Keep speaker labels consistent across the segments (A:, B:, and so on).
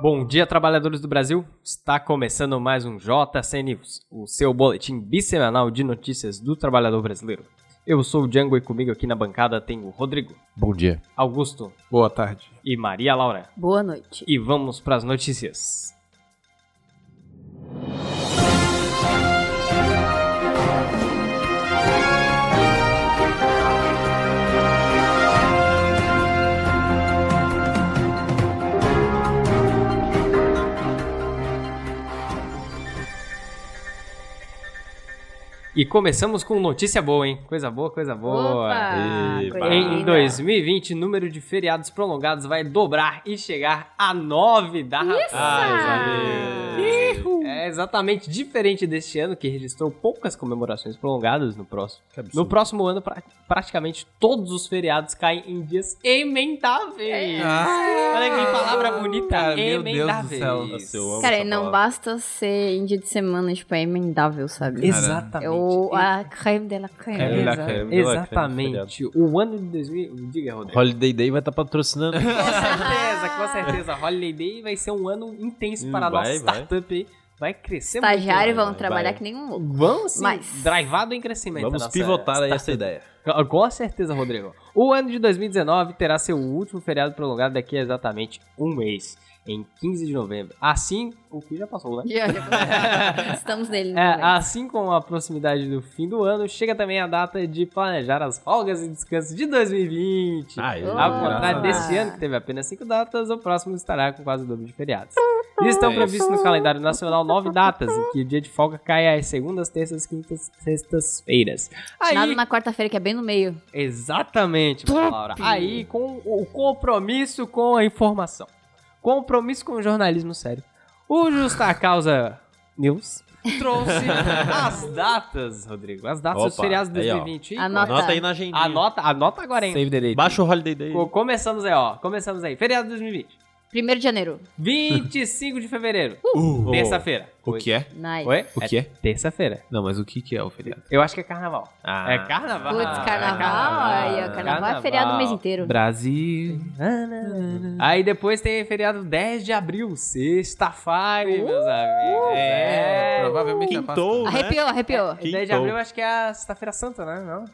A: Bom dia, trabalhadores do Brasil. Está começando mais um JC News, o seu boletim bissemanal de notícias do trabalhador brasileiro. Eu sou o Django e comigo aqui na bancada tem o Rodrigo,
B: Bom dia.
A: Augusto
B: Boa tarde.
A: e Maria Laura.
C: Boa noite.
A: E vamos para as notícias. E começamos com notícia boa, hein? Coisa boa, coisa boa.
C: Opa!
B: Eba.
C: coisa
A: Em
C: linda.
A: 2020, o número de feriados prolongados vai dobrar e chegar a 9 da É exatamente diferente deste ano, que registrou poucas comemorações prolongadas no próximo. No próximo ano, pra- praticamente todos os feriados caem em dias emendáveis. Olha que palavra bonita,
B: Cara, Ah, meu Deus do
A: emendáveis.
B: céu. Nossa, eu amo.
C: Cara, e
B: essa
C: não
B: palavra.
C: basta ser em dia de semana, tipo, é emendável, sabe?
A: Exatamente.
C: É o, a creme de la creme.
B: Creme de la
C: exato.
B: creme.
A: Exatamente. O ano de 2000. Diga, Rodrigo.
D: Holiday Day
B: tá
D: vai estar patrocinando.
A: Com certeza, com certeza. Holiday Day vai ser um ano intenso
B: Hum,
A: para a nossa
B: vai,
A: startup aí. Vai crescer
C: Estagiários
A: muito.
C: vão trabalhar que nem um louco.
A: Vão sim,
C: Mas-
A: drivado em crescimento. a
D: Vamos
A: nossa
D: pivotar aí essa
A: startup.
D: ideia.
A: Com- Com certeza, Rodrigo. O ano de 2019 terá seu último feriado prolongado daqui a exatamente um mês, em 15 de novembro. Assim, o que já passou, né?
C: Já, já. Estamos nele.
A: É,
C: né?
A: assim com a proximidade do fim do ano, chega também a data de planejar as folgas e descansos de 2020.
D: Ah,
B: Ai,
C: Opa!
A: Ao contrário
C: Graças a Deus.
A: deste Ah, ano, que teve apenas cinco datas, o próximo estará com quase o dobro de feriados. E estão previstos no calendário nacional nove datas, em que o dia de folga cai às segundas, terças, quintas, sextas-feiras. Aí,
C: Nada na quarta-feira, que é bem no meio.
A: Exatamente, Maria Laura. Aí, com o compromisso com a informação. Compromisso com o jornalismo sério. O Justa Causa News trouxe as datas, Rodrigo. As datas dos
D: Opa,
A: feriados de
D: aí, ó.
A: 2020. Ih,
C: Anota.
D: Anota aí na agendinha.
A: um. anota, anota agora, hein?
B: Save the date.
D: Baixa o Holiday Day.
A: Co- Começamos aí, ó. Começamos aí. Feriado de 2020.
C: 1 de janeiro.
A: 25 de fevereiro.
B: Uh,
A: Terça-feira.
B: O que é?
C: Nice.
A: Oi?
B: O que é?
A: Terça-feira.
B: Não, mas o que que é o feriado?
A: Eu acho que é carnaval.
B: Ah.
A: É carnaval.
C: Putz, carnaval.
A: É carnaval.
C: Aí, ó, carnaval é feriado o mês inteiro.
B: Brasil.
A: Aí depois tem feriado 10 de abril, sexta-feira,
C: Uh!
A: meus amigos.
B: É, provavelmente é
D: Quintou, né?
C: Arrepiou, arrepiou.
D: quintou.
A: 10 de abril acho que é a sexta-feira santa, né? Não?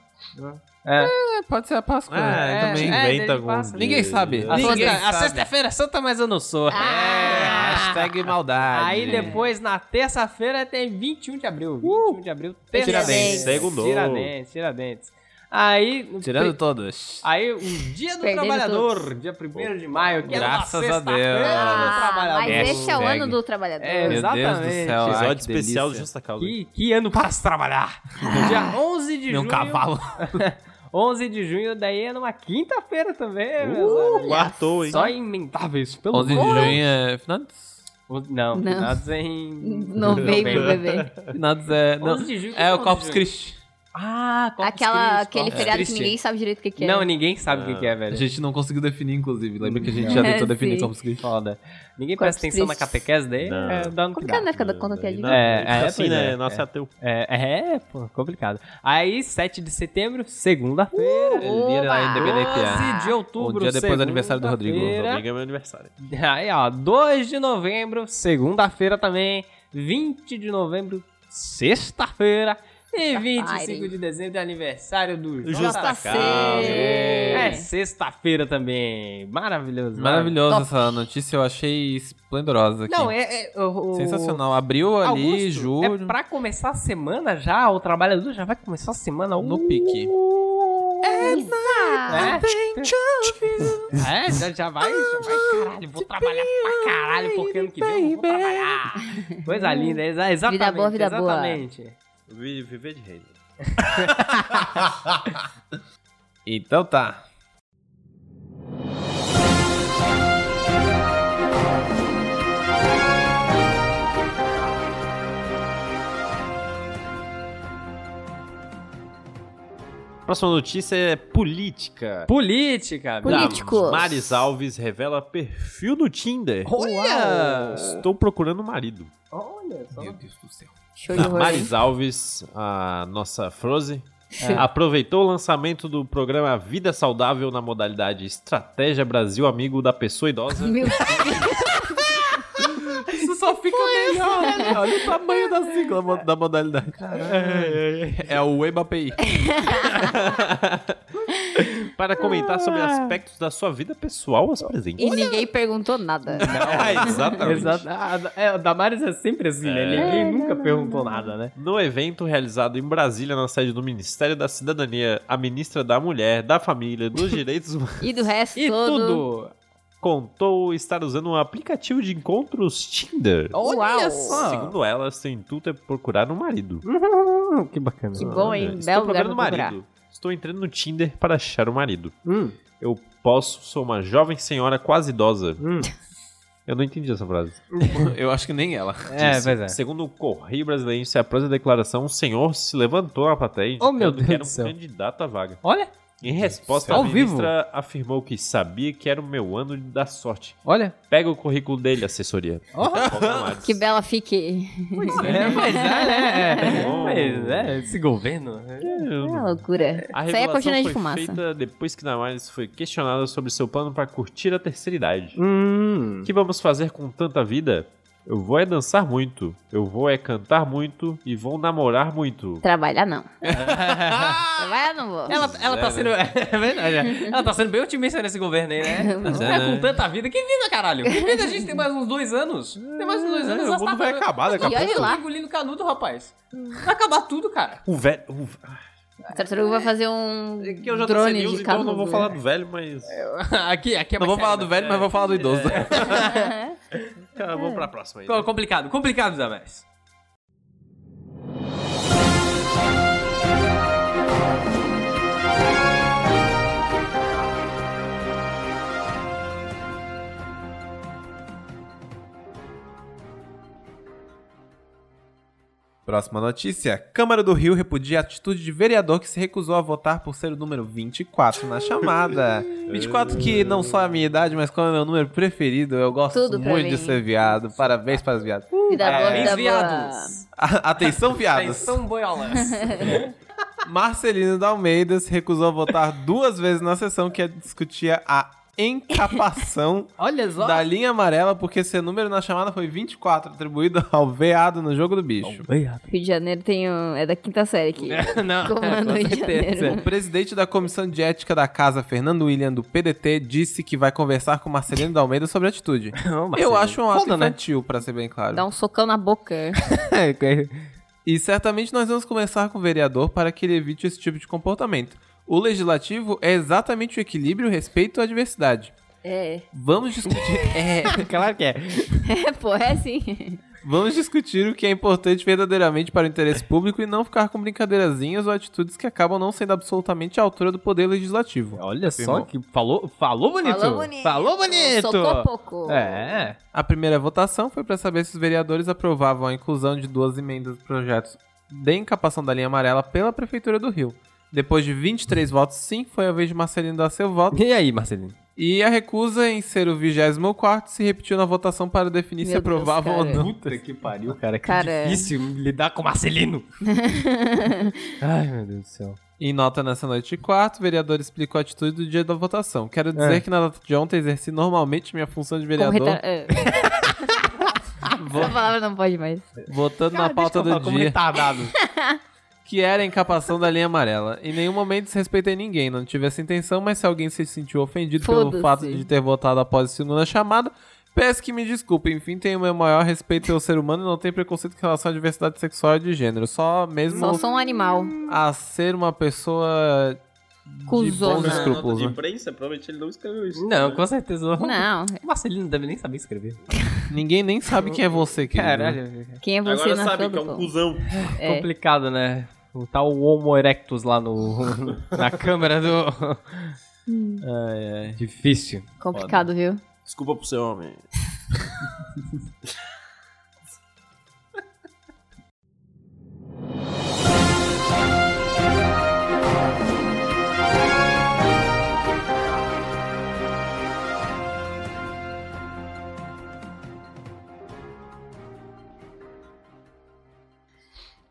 A: É.
B: É, pode ser a Páscoa.
D: Ah,
A: É,
D: também
A: é,
D: inventa
A: daí
D: algum.
A: passa.
D: dia.
B: Ninguém sabe.
A: A,
B: Ninguém
A: sexta- a
B: sabe.
A: sexta-feira é santa, mas eu não sou. É.
C: Ah!
B: Hashtag maldade.
A: Aí depois, na terça-feira, tem 21 de abril.
C: Uh!
A: 21 de abril, terça
C: Tiradentes.
D: Segundou.
A: Tiradentes, Tiradentes. Aí, no
B: Tirando todos.
A: Aí, o Dia do
C: Perdendo
A: Trabalhador,
C: todos.
A: dia 1 de maio, que
B: Graças
A: é
B: a
A: uma sexta-feira
B: Deus.
A: do trabalhador.
C: mas este é o
B: Hashtag.
C: ano do trabalhador.
A: É,
B: Meu Deus
A: Exatamente.
B: do céu.
D: Episódio
B: ai, que
D: especial
B: delícia.
D: Justa Causa.
A: Que, que ano para se trabalhar! No dia 11 de
B: Meu
A: junho.
B: cavalo.
A: 11 de junho, daí é numa quinta-feira também. meus
D: Uh,
A: amigos.
D: guardou, hein?
A: Só inventáveis pelo
B: 11 de
A: mundo.
B: junho é Finantes?
A: O- Não,
C: Não.
A: finados em.
C: Novembro, bebê.
B: Finantes é. Não,
A: 11 de junho. que
B: é o
A: 11 de
B: Corpus
A: junho?
B: Christi.
A: né? Ah, Corpus
C: Aquela,
A: Christi,
C: aquele
A: Corpus
C: feriado
A: Christi.
C: que ninguém sabe direito o que, que é.
A: Não, ninguém sabe o que, que é,
B: A
A: velho.
B: gente não conseguiu definir, inclusive. né? Lembra que a gente já tentou
C: É, Sim.
B: definir Corpus Christi?
A: Foda. Ninguém
C: Corpus
A: presta atenção na
C: Christi.
A: catequese daí?
D: Não.
A: É, dá no que
C: Como que
A: dá.
C: ela não vai ficar dando conta que é de
D: Não,
C: novo?
A: É, é,
D: assim,
A: pois
D: né?
A: é.
D: Nossa, ateu.
A: É, é, pô, complicado. Aí, 7 de setembro, segunda-feira.
B: Dia da
C: Oba!
B: Independência.
A: 12 de outubro,
B: Um dia depois do aniversário do Rodrigo.
A: segunda-feira.
D: Domingo é meu aniversário.
A: Aí, ó, 2 de novembro, segunda-feira também. 20 de novembro, sexta-feira. E 25 de dezembro é aniversário do
C: tá
D: Justa
A: JC.
D: Causa.
A: É sexta-feira também. Maravilhoso.
B: Maravilhosa
C: Top.
B: essa notícia, eu achei esplendorosa aqui.
A: Não, é. é, o- o-
B: Sensacional. Abril ali,
A: Augusto,
B: julho.
A: É pra começar a semana já, o trabalhador já vai começar a semana
B: No pique.
C: Ah.
A: É, é já, já vai, já vai,
C: Ah,
A: caralho, vou trabalhar pra caralho, porque ano que vem eu não vou trabalhar. Coisa linda, exa- exatamente.
C: Vida boa, vida boa.
A: exatamente.
D: Vi- Viver de reino.
B: Então tá.
D: Próxima notícia é política.
A: Política.
C: Político. Políticos.
D: Maris Alves revela perfil no Tinder.
A: Olha!
D: Estou procurando um marido.
A: Olha só.
B: Deus do céu.
C: Show de horror. hein?
D: Maris Alves, a nossa Frozen,
C: É.
D: aproveitou o lançamento do programa Vida Saudável na modalidade Estratégia Brasil Amigo da Pessoa Idosa
C: Meu
A: né?
B: Olha, olha o tamanho da sigla mo- da modalidade. É o EBAPI.
D: Para comentar sobre aspectos da sua vida pessoal, as presentes.
C: E ninguém perguntou nada.
D: É, exatamente.
A: Exato. Ah, é, o Damares é sempre assim, né? Ninguém nunca perguntou nada, né?
D: No evento realizado em Brasília, na sede do Ministério da Cidadania, a ministra da Mulher, da Família, dos Direitos Humanos
C: E do resto
A: E
C: todo.
A: tudo.
D: contou estar usando um aplicativo de encontros Tinder.
A: Olha
C: Uau.
A: só.
D: Segundo ela, seu intuito é procurar um marido.
A: Hum, que bacana.
C: Que bom, hein?
D: Estou
C: Belo lugar
D: procurando
C: pra
D: um
C: procurar.
D: marido. Estou entrando no Tinder para achar um marido.
A: Hum,
D: Eu posso, sou uma jovem senhora quase idosa.
A: hum.
D: Eu não entendi essa frase.
B: Eu acho que nem ela.
A: É,
D: Disse,
A: pois é.
D: Segundo o Correio Brasileiro, isso é após a declaração, o senhor se levantou na plateia
A: Oh, meu
D: indicando
A: Deus
D: que era
A: do
D: um
A: céu.
D: candidato à vaga.
A: Olha,
D: Em resposta,
A: Ao
D: a ministra afirmou que sabia que era o meu ano da sorte.
A: olha.
D: Pega o currículo dele, assessoria. é
A: Oh.
D: Paulo Damares.
C: Que bela fique.
A: Pois é, pois é, né?
D: Bom.
A: Pois é, esse governo. né?
C: É uma loucura.
D: A
C: Isso aí é
D: revelação
C: cortina de
D: foi
C: fumaça.
D: feita depois que Damares foi questionada sobre seu plano para curtir a terceira idade.
A: Hum.
D: O que vamos fazer com tanta vida? Eu vou é dançar muito, eu vou é cantar muito e vou namorar muito.
C: Trabalhar não. Trabalhar não vou.
A: Ela, ela tá
B: é,
A: sendo. É verdade. é. Ela tá sendo bem otimista nesse governo aí, né? Não
B: é,
A: tá
B: né?
A: com tanta vida. Que vida, caralho? Que vida a gente tem mais uns dois anos? Tem mais uns
D: É,
A: dois anos. tá
B: o
A: as
B: mundo vai
A: tartarugas-
B: acabar daqui
A: as
C: a pouco.
A: tartarugas estão engolindo um canudo, rapaz. Vai acabar tudo, cara.
D: O velho. o-
C: A tartaruga vai fazer um
D: É que eu já
C: drone
D: sei news,
C: de né?
D: então eu não
C: carro.
D: vou falar do velho, mas.
A: Aqui, aqui é
B: Não
A: mais
B: vou
A: sério,
B: falar do
A: né?
B: velho, mas vou falar do idoso.
D: Cara, vamos pra próxima aí.
A: Ficou Complicado, complicado, Zé Maris.
B: Próxima notícia. Câmara do Rio repudia a atitude de vereador que se recusou a votar por ser o número 24 na chamada. 24 que não só é a minha idade, mas como é meu número preferido. Eu gosto
C: Tudo pra
B: muito de
C: mim.
B: ser viado. Parabéns para os viados.
C: Vida
D: Ah,
C: boa,
A: Parabéns,
C: vida boa.
A: viados.
B: A- Atenção, viados.
A: Tá São boiolas.
B: Marcelino da Almeida se recusou a votar duas vezes na sessão que é discutia a encapação
A: Olha só.
B: da linha amarela, porque seu número na chamada foi 24, atribuído ao veado no jogo do bicho.
C: Rio de Janeiro tem um... É da quinta série aqui.
D: Né?
A: Não, é,
C: Comando
A: com
C: Rio de
A: certeza.
B: O
C: Janeiro.
B: presidente da Comissão de Ética da Casa, Fernando William, do PDT, disse que vai conversar com Marcelino da Almeida sobre a atitude.
A: Não, Marcelo.
B: Eu acho um ato
A: Foda, né? Então-
B: infantil, pra ser bem claro.
C: Dá um socão na boca.
B: E certamente nós vamos conversar com o vereador para que ele evite esse tipo de comportamento. O legislativo é exatamente o equilíbrio, o respeito à diversidade.
C: É.
B: Vamos discutir. é,
A: Claro que é.
C: É, pô, é assim.
B: vamos discutir o que é importante verdadeiramente para o interesse público e não ficar com brincadeirazinhas ou atitudes que acabam não sendo absolutamente à altura do poder legislativo.
A: Olha
B: Afirmou.
A: só que falou, falou bonito.
C: Falou bonito.
A: Falou bonito.
C: Socou pouco.
A: É.
B: A primeira votação foi para saber se os vereadores aprovavam a inclusão de duas emendas do projeto de encapação da linha amarela pela Prefeitura do Rio. Depois de 23 votos sim, foi a vez de Marcelino dar seu voto.
A: E aí, Marcelino?
B: E a recusa em ser o 24 se repetiu na votação para definir se
C: Meu Deus,
B: aprovavam ou
C: cara.
B: não.
A: Puta que pariu, cara. Que
C: Cara.
A: difícil lidar com Marcelino. Ai, meu Deus do céu.
B: Em nota nessa noite de quarto, o vereador explicou a atitude do dia da votação. Quero dizer
A: É.
B: que na data de ontem exerci normalmente minha função de
C: Como
B: vereador,
C: retar... é. Essa palavra não pode mais.
B: votando
A: Cara,
B: na
A: deixa
B: pauta
A: eu falar
B: do
A: como
B: dia.
C: tá
A: retardado.
B: que era a encapação da linha amarela. Em nenhum momento desrespeitei ninguém, não tive essa intenção, mas se alguém se sentiu ofendido pelo
C: Foda-se.
B: fato de ter votado após a segunda chamada, peço que me desculpe. Enfim, tenho o meu maior respeito pelo ser humano e não tenho preconceito em relação à diversidade sexual e de gênero. Só mesmo
C: Só sou um animal.
B: a ser uma pessoa de
C: Cusona.
B: bons escrúpulos. né?
D: imprensa, provavelmente ele não escreveu isso.
A: Não, com certeza.
C: Não.
A: O Marcelino deve nem saber escrever.
B: Ninguém nem sabe quem é você, querido.
A: Caralho.
C: Quem é você na fila
D: um
C: do pão?
D: cuzão.
A: É. Complicado, né? O tal Homo erectus lá no, na câmera do...
C: Hum.
A: ai, ai. Difícil.
C: Complicado, viu?
D: Desculpa por ser homem.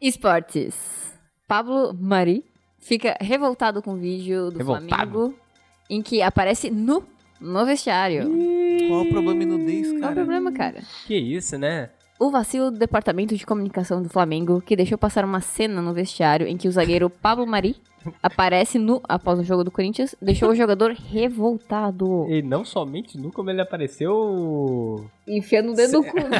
C: Esportes. Pablo Mari fica revoltado com o vídeo do
A: Revoltado.
C: Flamengo em que aparece nu no vestiário.
B: Qual o problema em nudez,
C: Qual o
B: cara?
C: problema, cara?
A: Que isso, né?
C: o vacilo do departamento de comunicação do Flamengo, que deixou passar uma cena no vestiário em que o zagueiro Pablo Mari aparece nu após o jogo do Corinthians, deixou o jogador revoltado.
A: E não somente nu, como ele apareceu. né?
C: Enfiando o dedo no cu. né?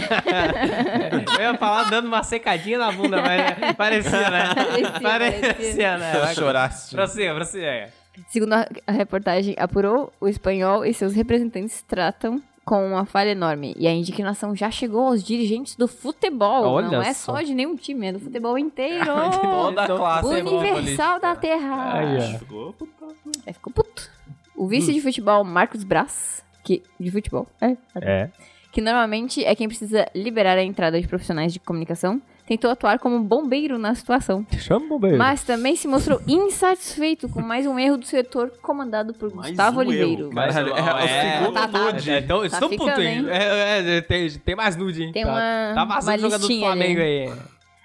A: Eu ia falar dando uma secadinha na bunda, mas parecia, né?
C: Parecia, parecia.
A: né?
B: Eu choraste.
A: Prossiga, prossiga.
C: Segundo a a reportagem apurou, o espanhol e seus representantes tratam com uma falha enorme. E a indignação já chegou aos dirigentes do futebol.
A: Olha
C: não é
A: só.
C: só de nenhum time, é do futebol inteiro.
B: Toda a
A: Então,
B: classe
C: Universal da Terra.
A: Aí, ó.
D: Ficou putado.
C: Aí ficou puto. O vice de futebol, Marcos Braz, que, de futebol, é,
D: É.
C: que normalmente é quem precisa liberar a entrada de profissionais de comunicação, tentou atuar como bombeiro na situação,
A: Chama o bombeiro.
C: mas também se mostrou insatisfeito com mais um erro do setor comandado por
A: um
C: Gustavo Oliveiro.
A: Mas,
B: Caralho,
A: ó,
B: é o segundo
C: Tá, tá. nude.
A: É, então,
C: Tá
A: estão
C: ficando,
A: puto, hein?
C: hein?
A: É, é, tem, tem mais nude, hein?
C: Tem
A: Tá-
C: uma-
A: Tá vazando
C: uma
A: o jogador do
C: listinha ali.
A: Flamengo aí.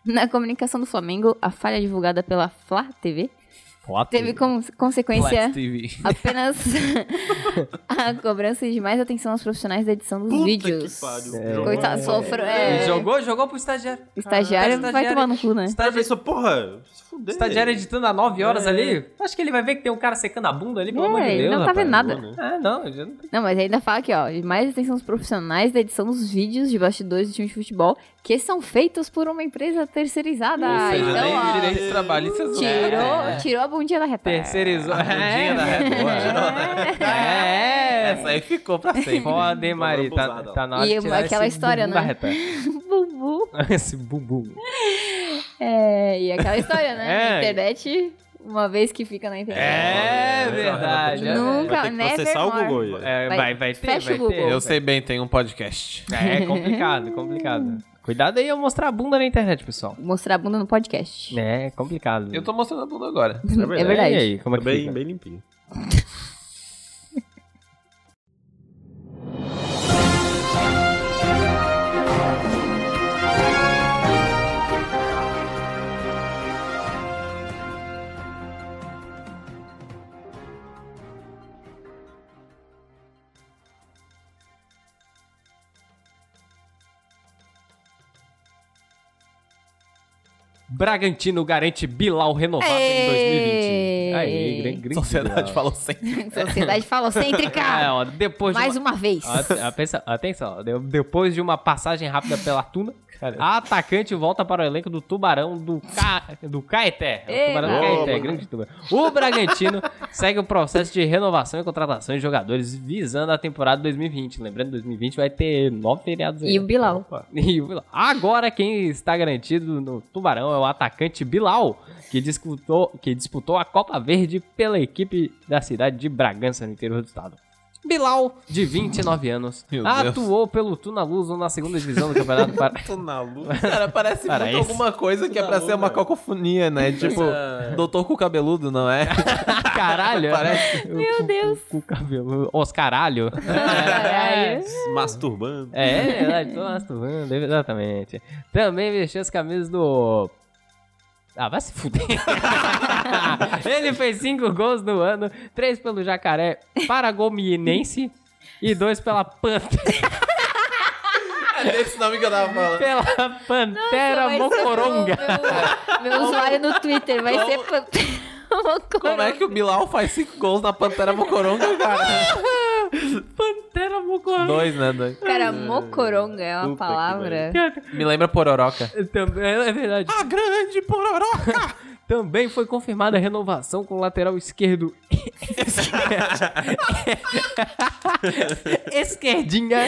C: Na comunicação do Flamengo, a falha divulgada pela Flá TV teve como consequência
B: TV.
C: apenas a cobrança de mais atenção aos profissionais da edição dos vídeos.
D: Jogou-
C: Coitado, sofro.
A: Então, Ele
C: É,
A: jogou, jogou pro estagiário.
C: estagiário
A: Estagiário-
C: vai tomar no cu, né?
D: Aí
A: Estagiário,
D: pensou, tá porra, se fuder.
B: É.
A: estagiário editando há 9 horas ali. Acho que ele vai ver que tem um cara secando a bunda ali, pelo amor
C: É,
A: de
C: ele
A: Deus.
C: não tá
A: rapaz.
C: vendo nada.
D: né?
A: Ah, não, eu já não tem.
C: Não, mas ainda fala aqui, ó. Mais atenção aos profissionais da edição dos vídeos de bastidores do time de futebol que são feitos por uma empresa terceirizada.
B: Ou seja,
C: então,
B: nem
C: ó,
B: direito
A: é
B: trabalhista né?
C: tirou, tirou a bundinha da reta.
A: né? Terceirizou.
B: A bundinha da Red Bull,
A: É, é,
B: Essa aí ficou pra sempre.
A: Foda, hein, Mari? Tá,
D: abusada, ó.
A: tá na hora
C: E
A: de tirar
C: aquela
A: esse
C: história,
A: bumbum da
C: né?
A: reta.
C: Bubu.
A: esse bumbum.
C: É, e aquela história, né?
A: É.
C: Na internet, uma vez que fica na internet.
A: É
B: Olha,
A: verdade.
B: olha,
C: Nunca,
D: Vai ter que processar o
C: nevermore.
D: Google aí.
A: É, vai,
C: Vai-
A: vai ter,
C: fecha
A: vai
C: o Google.
A: ter.
B: Eu sei bem, tem um podcast.
A: É complicado,
C: Hum.
A: complicado. Cuidado aí ao mostrar a bunda na internet, pessoal.
C: Mostrar a bunda no podcast.
A: É complicado.
B: Eu tô mostrando a bunda agora.
C: É verdade.
A: E aí, como é que
D: Tá Bem,
A: fica?
D: bem limpinho.
A: Bragantino garante Bilal renovado em 2020.
C: Ei.
A: Aí, gran- grande
B: Sociedade
A: Bilal.
B: falou sempre.
C: Sociedade
A: É,
C: falocêntrica!
A: ó, depois de
C: Mais um
A: uma-
C: uma vez.
A: Ate- atenção, atenção, ó, de- depois de uma passagem rápida pela Tuna, a atacante volta para o elenco do Tubarão do, Ca... do Caeté. É o
C: Ei,
A: Tubarão do
D: mano.
A: Caeté, grande Tubarão. O Bragantino segue o processo de renovação e contratação de jogadores visando a temporada 2020. Lembrando, 2020 vai ter nove feriados aí.
C: E o Bilal.
A: E o Bilal. Agora quem está garantido no Tubarão é o atacante Bilal, que disputou, que disputou a Copa Verde pela equipe da cidade de Bragança, no interior do estado. Bilal, de 29 anos,
B: Meu Deus.
A: atuou pelo Tuna Luso na segunda divisão do Campeonato Paraná.
D: Tô na lua.
B: Cara, parece
A: Parece.
B: muito alguma coisa que é pra ser uma cacofonia, né? Tipo, doutor com cabeludo, não é?
A: Caralho!
B: Parece.
A: Meu Deus! É, Com, o cabelo. Os caralho!
C: Caralho.
D: Se masturbando.
A: É, é verdade, tô masturbando, exatamente. Também vestiu as camisas do. Ah, vai se fuder. Ele fez cinco gols no ano, três pelo Jacaré Paragomienense e dois pela, pan...
B: É desse nome que eu tava falando.
A: pela Pantera
C: é
A: Mocoronga. é
C: Meu, meu usuário no Twitter vai ser Pantera Mocoronga.
B: Como é que o Bilal faz cinco gols na Pantera Mocoronga, cara?
A: Pantera Mocoronga.
B: Dois, né? Dois.
C: Cara, mocoronga é uma
D: Puta que
C: palavra.
B: Me lembra Pororoca.
A: Também, é verdade.
B: A grande Pororoca!
A: Também foi confirmada a renovação com o lateral esquerdo. Esquerdinha.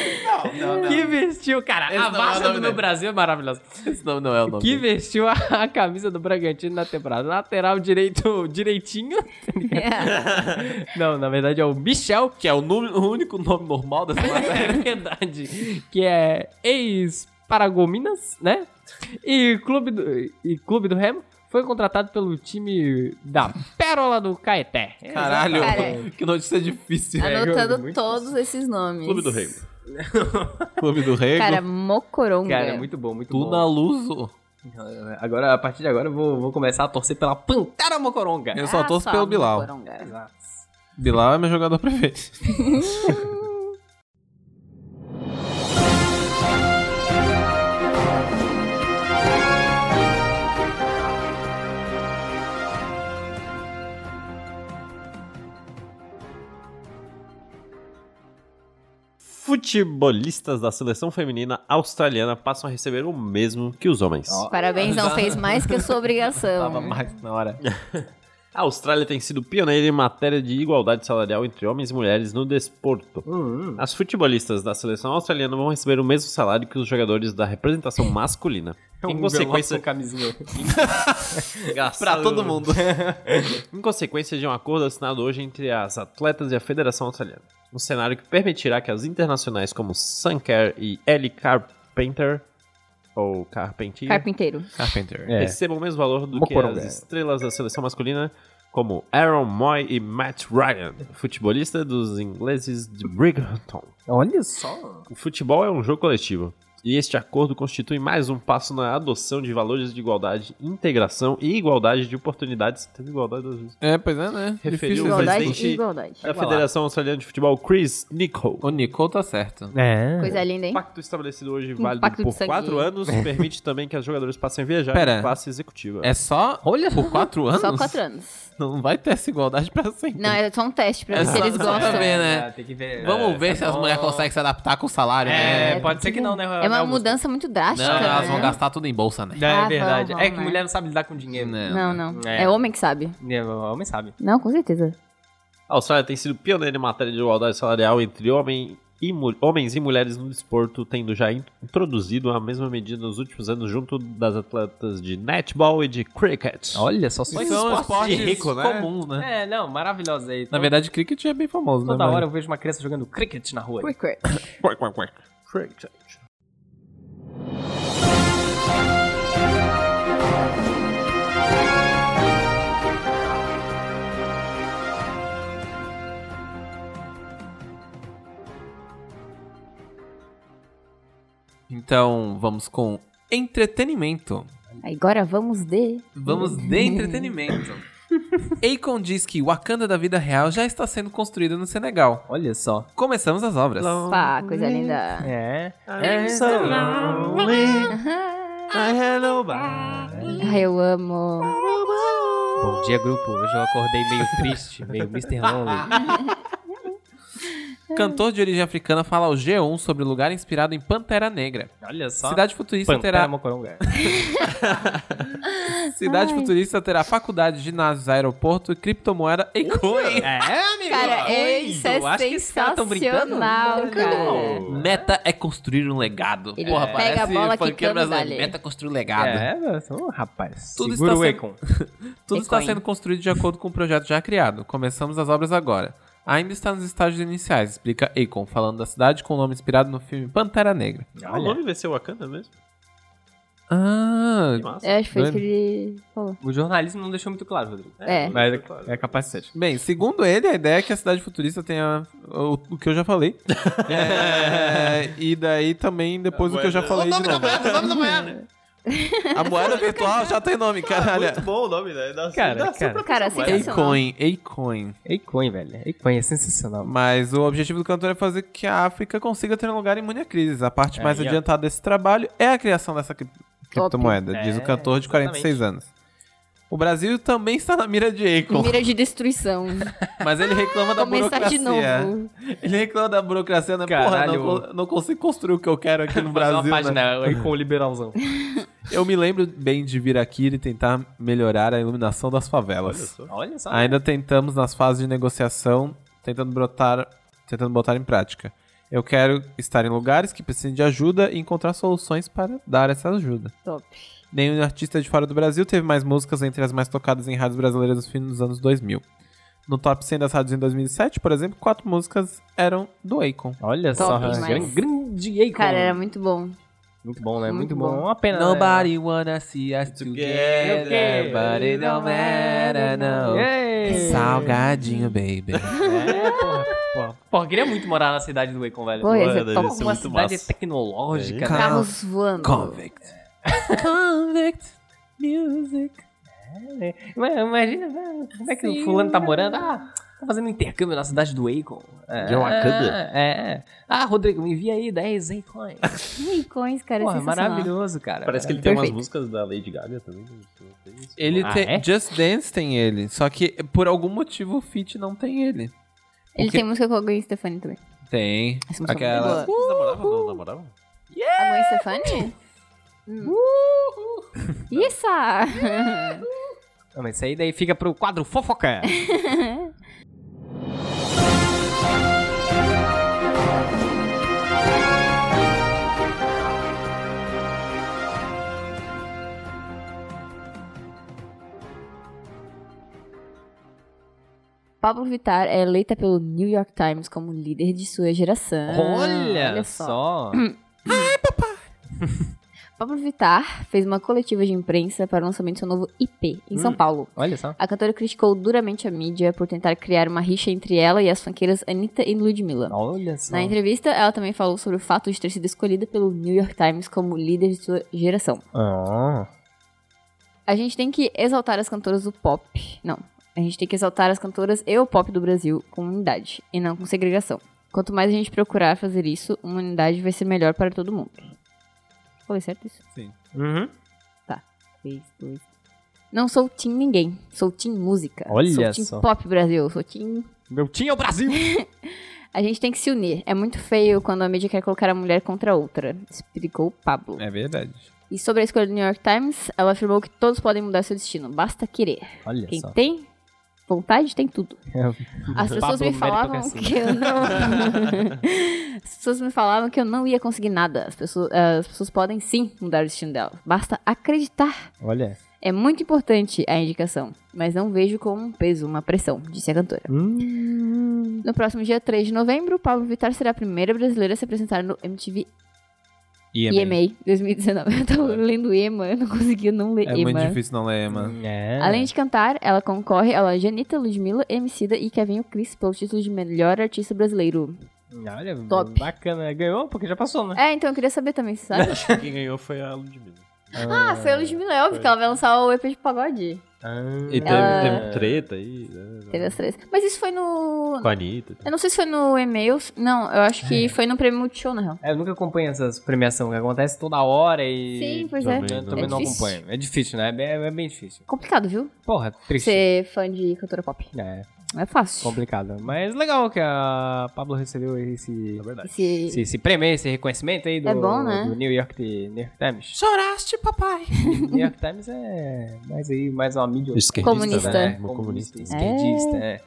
A: Que vestiu, cara.
B: Esse
A: a
B: não é o
A: Vasco
B: nome
A: no
B: dele.
A: Brasil é maravilhosa.
B: Esse nome não é o nome.
A: Que
B: dele.
A: vestiu a, a camisa do Bragantino na temporada. Lateral direito direitinho.
C: É,
A: É, Não, na verdade é o Michel.
B: Que é o, nu- o único nome normal dessa matéria.
A: É verdade. Que é ex-Paragominas, né? E Clube do, e Clube do Remo. Foi contratado pelo time da Pérola do Caeté.
B: Caralho,
C: Cara.
B: que notícia difícil.
A: É,
C: Anotando
A: muito
C: todos esses nomes.
D: Clube do Reino.
B: É, Clube do Rego,
C: Cara, mocoronga.
B: É.
A: Cara, é muito bom, muito bom.
B: Tuna Luso.
A: Agora, a partir de agora, eu vou, vou começar a torcer pela Pantera Mocoronga.
B: Eu só
C: Ah,
B: torço pelo Bilal.
C: mocoronga.
B: Bilal é meu jogador prefeito.
D: Futebolistas da seleção feminina australiana passam a receber o mesmo que os homens.
A: Ó.
C: Parabéns, não fez mais que a sua
A: Tava
C: obrigação.
A: mais na hora.
D: A Austrália tem sido pioneira em matéria de igualdade salarial entre homens e mulheres no desporto.
A: Hum, hum.
D: As futebolistas da seleção australiana vão receber o mesmo salário que os jogadores da representação masculina.
A: É um
D: Em consequência,
A: camisinha.
B: Pra todo mundo.
D: em consequência de um acordo assinado hoje entre as atletas e a Federação Australiana. Um cenário que permitirá que as internacionais como Sanker e Ellie Carpenter, ou Carpentier,
C: Carpinteiro.
B: Carpenter.
A: É.
D: recebam o mesmo valor do que
A: Mocoronga.
D: as estrelas da seleção masculina, como Aaron Moy e Matt Ryan, futebolista dos ingleses de Brighton.
A: Olha só.
D: O futebol é um jogo coletivo. E este acordo constitui mais um passo na adoção de valores de igualdade, integração e igualdade de oportunidades. Teve igualdade às vezes.
B: É, pois é, né?
D: Referiu Igualdade.
B: Difícil, né?
C: Igualdade
D: presidente-
C: e igualdade.
A: É
D: A Federação Australiana de Futebol, Chris Nicol.
B: O Nicole tá certo.
A: É.
C: Coisa linda,
D: O
C: hein?
D: pacto estabelecido hoje, válido
C: pacto de
D: por
C: sangue.
D: quatro anos, permite também que as jogadoras passem a viajar
B: Pera.
D: em classe executiva.
B: É só Olha. por quatro anos?
C: Só quatro anos.
B: Não vai ter essa igualdade pra sempre.
C: Não, é só um teste pra
B: É
C: ver se
B: só-
C: eles
B: só
C: gostam.
B: pra ver, né?
A: Tem que ver. é.
B: Vamos ver se as
A: bom.
B: mulheres conseguem se adaptar com o salário,
A: É,
B: né?
A: pode ser que não, né?
C: É
A: né,
C: uma
A: Augusto?
C: mudança muito
B: Não,
C: drástica.
B: elas vão
C: né?
B: gastar tudo em bolsa, né?
A: É,
C: Ah,
A: verdade.
C: vão, vão,
A: é que
C: né?
A: mulher não sabe lidar com dinheiro.
B: Não.
C: Não, não.
A: É.
C: É homem que sabe.
A: É, o Homem sabe.
C: Não, com certeza.
D: A Austrália tem sido pioneira em matéria de igualdade salarial entre homem e mu- homens e mulheres no desporto, tendo já in- introduzido a mesma medida nos últimos anos junto das atletas de netball e de cricket.
A: Olha só, só
B: comuns, né?
A: É, não, maravilhosa aí.
B: Na verdade, cricket é bem famoso,
A: toda
B: né?
A: hora eu vejo uma criança jogando cricket na rua.
C: Cricket.
D: Cricket.
B: Então, vamos com entretenimento.
C: Agora vamos de.
B: Vamos
A: Uhum.
B: de entretenimento. Akon diz que Wakanda da vida real já está sendo construída no Senegal.
A: Olha só.
B: Começamos as obras.
C: Pá, coisa linda.
A: É.
D: I'm so lonely. I had nobody.
C: Ai, eu amo.
A: Bom dia, grupo. Hoje eu acordei meio triste, meio Mr. Lonely.
B: Cantor de origem africana fala ao G1 sobre o lugar inspirado em Pantera Negra.
A: Olha só.
B: Cidade futurista
A: Pantera
B: terá
A: Mocoronga.
B: Cidade futurista terá faculdade, ginásios, aeroporto, criptomoeda e coin.
A: É, amigo.
C: Cara, é, isso é
A: Eu acho que esses caras tão brincando.
C: sensacional, cara.
B: Meta é construir um legado.
C: Ele
B: Porra,
C: pega a
B: parece
C: bola
B: funkeiro
C: quicando
B: brasileiro.
C: dali.
B: Meta é construir um legado.
A: É, mas, ô, rapaz.
B: Tudo
A: segura
B: está
A: o
B: sendo-
A: Econ.
B: Tudo está
C: Bitcoin.
B: sendo construído de acordo com o projeto já criado. Começamos as obras agora. Ainda está nos estágios iniciais, explica Akon, falando da cidade com o nome inspirado no filme Pantera Negra.
D: O nome vai ser Wakanda mesmo?
B: Ah,
D: Que massa.
C: Eu acho que foi isso que ele falou.
A: O jornalismo não deixou muito claro, Rodrigo.
C: É.
A: Mas é capaz de ser.
B: bem, segundo ele, a ideia é que a cidade futurista tenha o, o que eu já falei. É, e daí também depois o que eu já falei. de novo.
D: moeda, o nome da moeda.
B: A moeda virtual já tem nome, caralho.
D: Tá Muito bom o nome, né? Dá-
A: Cara,
D: dá só
A: cara.
D: pra
C: Cara,
D: pensar,
C: assim-
B: Akon, Akon.
A: Econ, velho. Econ é sensacional.
B: Mas o objetivo do cantor é fazer que a África consiga ter um lugar imune à crise. A parte mais
A: Aí, ó.
B: adiantada desse trabalho é a criação dessa cri- criptomoeda,
A: É,
B: diz o cantor de 46 anos. O Brasil também está na mira de Akon,
C: Mira de destruição.
B: mas ele reclama da
C: Começar
B: burocracia.
C: de novo.
B: Ele reclama da burocracia, né?
A: Caralho.
B: Porra, não, co- não consigo construir o que eu quero aqui no
A: Fazer
B: Brasil.
A: uma
B: né?
A: página aí com o liberalzão.
B: Eu me lembro bem de vir aqui e tentar melhorar a iluminação das
D: Olha
B: favelas.
D: só.
A: Olha só.
B: Ainda tentamos nas fases de negociação, tentando brotar, tentando botar em prática. Eu quero estar em lugares que precisem de ajuda e encontrar soluções para dar essa ajuda.
C: Top.
B: Nenhum artista de fora do Brasil teve mais músicas entre as mais tocadas em rádios brasileiras nos fins dos anos 2000. No top 100 das rádios em 2007, por exemplo, quatro músicas eram do Akon.
A: Olha só.
C: Top demais.
A: gran- Grande Econ.
C: Cara, era muito bom.
A: Muito bom, né? Muito,
C: Muito
A: bom.
C: bom.
A: Uma pena. né?
B: wanna see us
D: together,
A: but
D: it
A: don't É,
C: matter, no.
A: Yay.
B: Salgadinho, baby.
A: É, porra, porra. Porra, queria muito morar na cidade do Akon, velho.
C: Pô, esse
D: deve
C: é top.
D: ser
A: Uma
D: muito
A: cidade
D: massa.
A: tecnológica,
B: Ca-
A: né?
C: Carros voando.
B: Convict. Convict music.
A: Mas Imagina, né? como é que o fulano tá morando? Ah, tá fazendo intercâmbio na cidade do Akon. É,
D: De Wakanda?
A: É, é. Ah, Rodrigo, me envia aí 10 Akons.
C: Ih, coins, cara,
A: Porra,
C: é sensacional.
A: maravilhoso, cara.
D: Parece que ele tem umas
C: Perfeito.
D: músicas da Lady Gaga também. né? Tem isso?
B: Ele
A: Ah,
B: tem.
A: é?
B: Just Dance tem ele. Só que por algum motivo o feat não tem ele.
C: Ele
B: Porque-
C: tem música com alguém, Stefani também.
E: Tem.
C: Essa música é muito
E: Aquela.
C: boa.
D: Vocês namoravam?
A: Uh!
D: Não namoravam?
C: A mãe Stefani? Hum. Isso!
A: Não, Ah, mas isso aí daí fica pro quadro fofoca.
C: Pablo Vittar é eleita pelo New York Times como líder de sua geração.
A: olha, só.
C: Pablo Vittar fez uma coletiva de imprensa para o lançamento do seu novo IP em São Paulo.
A: Hum, Olha só.
C: A cantora criticou duramente a mídia por tentar criar uma rixa entre ela e as funkeiras Anitta e Ludmilla.
A: Olha só.
C: Na entrevista, ela também falou sobre o fato de ter sido escolhida pelo New York Times como líder de sua geração.
A: Ah.
C: A gente tem que exaltar as cantoras do pop. Não. A gente tem que exaltar as cantoras e o pop do Brasil com unidade e não com segregação. Quanto mais a gente procurar fazer isso, uma unidade vai ser melhor para todo mundo. Falei certo isso?
A: Uhum.
C: Tá. Três, dois. Não sou team ninguém. Sou team música.
A: Olha
C: sou team
A: só.
C: pop Brasil. Sou team...
A: Meu tinha o Brasil.
C: A gente tem que se unir. É muito feio quando a mídia quer colocar a mulher contra a outra. Explicou o Pablo.
E: É verdade.
C: E sobre a escolha do New York Times, ela afirmou que todos podem mudar seu destino. Basta querer.
A: Olha
C: Quem
A: só. É
C: tem vontade tem tudo. As pessoas
A: Pablo
C: me falavam
A: meritocracia.
C: que eu não. As pessoas me falavam que eu não ia conseguir nada. As pessoas, eh, as pessoas podem sim mudar o destino dela. Basta acreditar.
A: Olha.
C: É muito importante a indicação, mas não vejo como um peso, uma pressão, disse a cantora.
A: Hum.
C: No próximo dia 3 de novembro, Pablo Vittar será a primeira brasileira a se apresentar no MTV EMA, 2019. Eu tô lendo EMA, eu não consegui não ler
E: É
C: EMA.
E: muito difícil não ler, mano.
A: É.
C: Além de cantar, ela concorre a Janita, Ludmilla, Emicida e Kevin Chris pelo título de melhor artista brasileiro.
A: Olha,
C: Top.
A: bacana. Ganhou porque já passou, né?
C: É, então eu queria saber também, você sabe?
D: Acho que quem ganhou foi a Ludmilla.
C: ah, foi a Ludmilla, é óbvio que ela vai lançar o EP de pagode.
A: Ah.
D: E teve,
C: Ela-
D: teve treta aí, né?
C: Teve as três. Mas isso foi no...
D: Com a Anitta.
C: Eu não sei se foi no e-mails. Não, eu acho que foi no prêmio Multishow, na real.
A: É, eu nunca acompanho essas premiações que acontece toda hora e.
C: Sim, pois
D: é.
A: Eu
D: Também não.
A: também
C: É
A: não
C: difícil.
A: acompanho. É difícil, né? É bem, é bem difícil.
C: Complicado, viu?
A: Porra, triste.
C: Ser fã de cultura pop.
A: É,
C: Não é fácil.
A: complicado. Mas legal que a Pablo recebeu esse,
C: Esse-
A: esse, esse prêmio, esse reconhecimento aí do,
C: É bom, né?
A: do New, York, New York Times.
B: Choraste, papai.
A: New York Times é mais aí, mais uma mídia
D: Esquerdista,
C: Comunista.
D: né?
A: né?
D: Uma comunista.
A: esquerdista, é.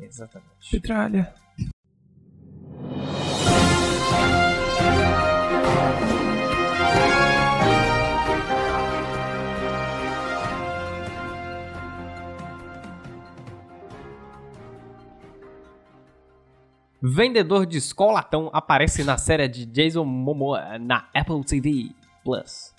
A: Exatamente.
B: Petralha.
A: Vendedor de escolatão aparece na série de Jason Momoa na Apple TV Plus.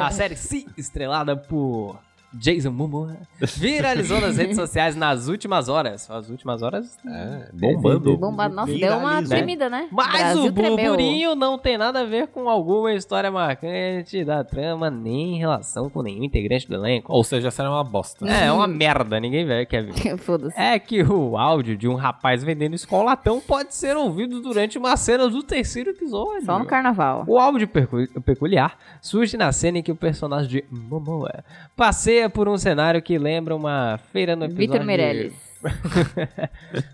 A: A série se estrelada por Jason Momoa viralizou nas redes sociais nas últimas horas. As últimas horas
D: É, bombando.
C: Bombado, nossa, deu uma
D: Viralizou.
C: tremida, né?
A: Mas
C: Brasil
A: o
C: tremeu.
A: um burburinho não tem nada a ver com alguma história marcante da trama, nem em relação com nenhum integrante do elenco.
E: Ou seja, essa era uma bosta.
A: É, é uma merda, ninguém vê- quer ver.
C: Foda-se.
A: É que o áudio de um rapaz vendendo escolatão pode ser ouvido durante uma cena do terceiro episódio.
C: Só no carnaval.
A: O áudio percu- peculiar surge na cena em que o personagem de Momoa passeia por um cenário que lembra uma feira no episódio...
C: Vitor Meirelles.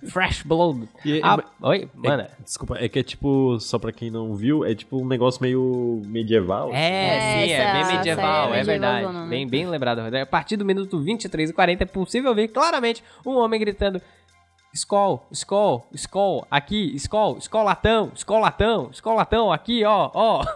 A: de Fresh Blood.
D: E-
A: Ah, Oi, mana.
D: É, desculpa, é que é tipo, só pra quem não viu, é tipo um negócio meio medieval. assim, né?
A: É,
C: É,
A: sim, é
C: essa-
A: bem
C: essa
A: medieval,
C: é
A: é verdade.
C: medievalzona, né?
A: Bem, bem lembrado. A partir do minuto 23 e 40 é possível ouvir claramente um homem gritando Skol, Skol, Skol, aqui, Skol, Skolatão, Skolatão, Skolatão, aqui, ó, ó.
C: Ó,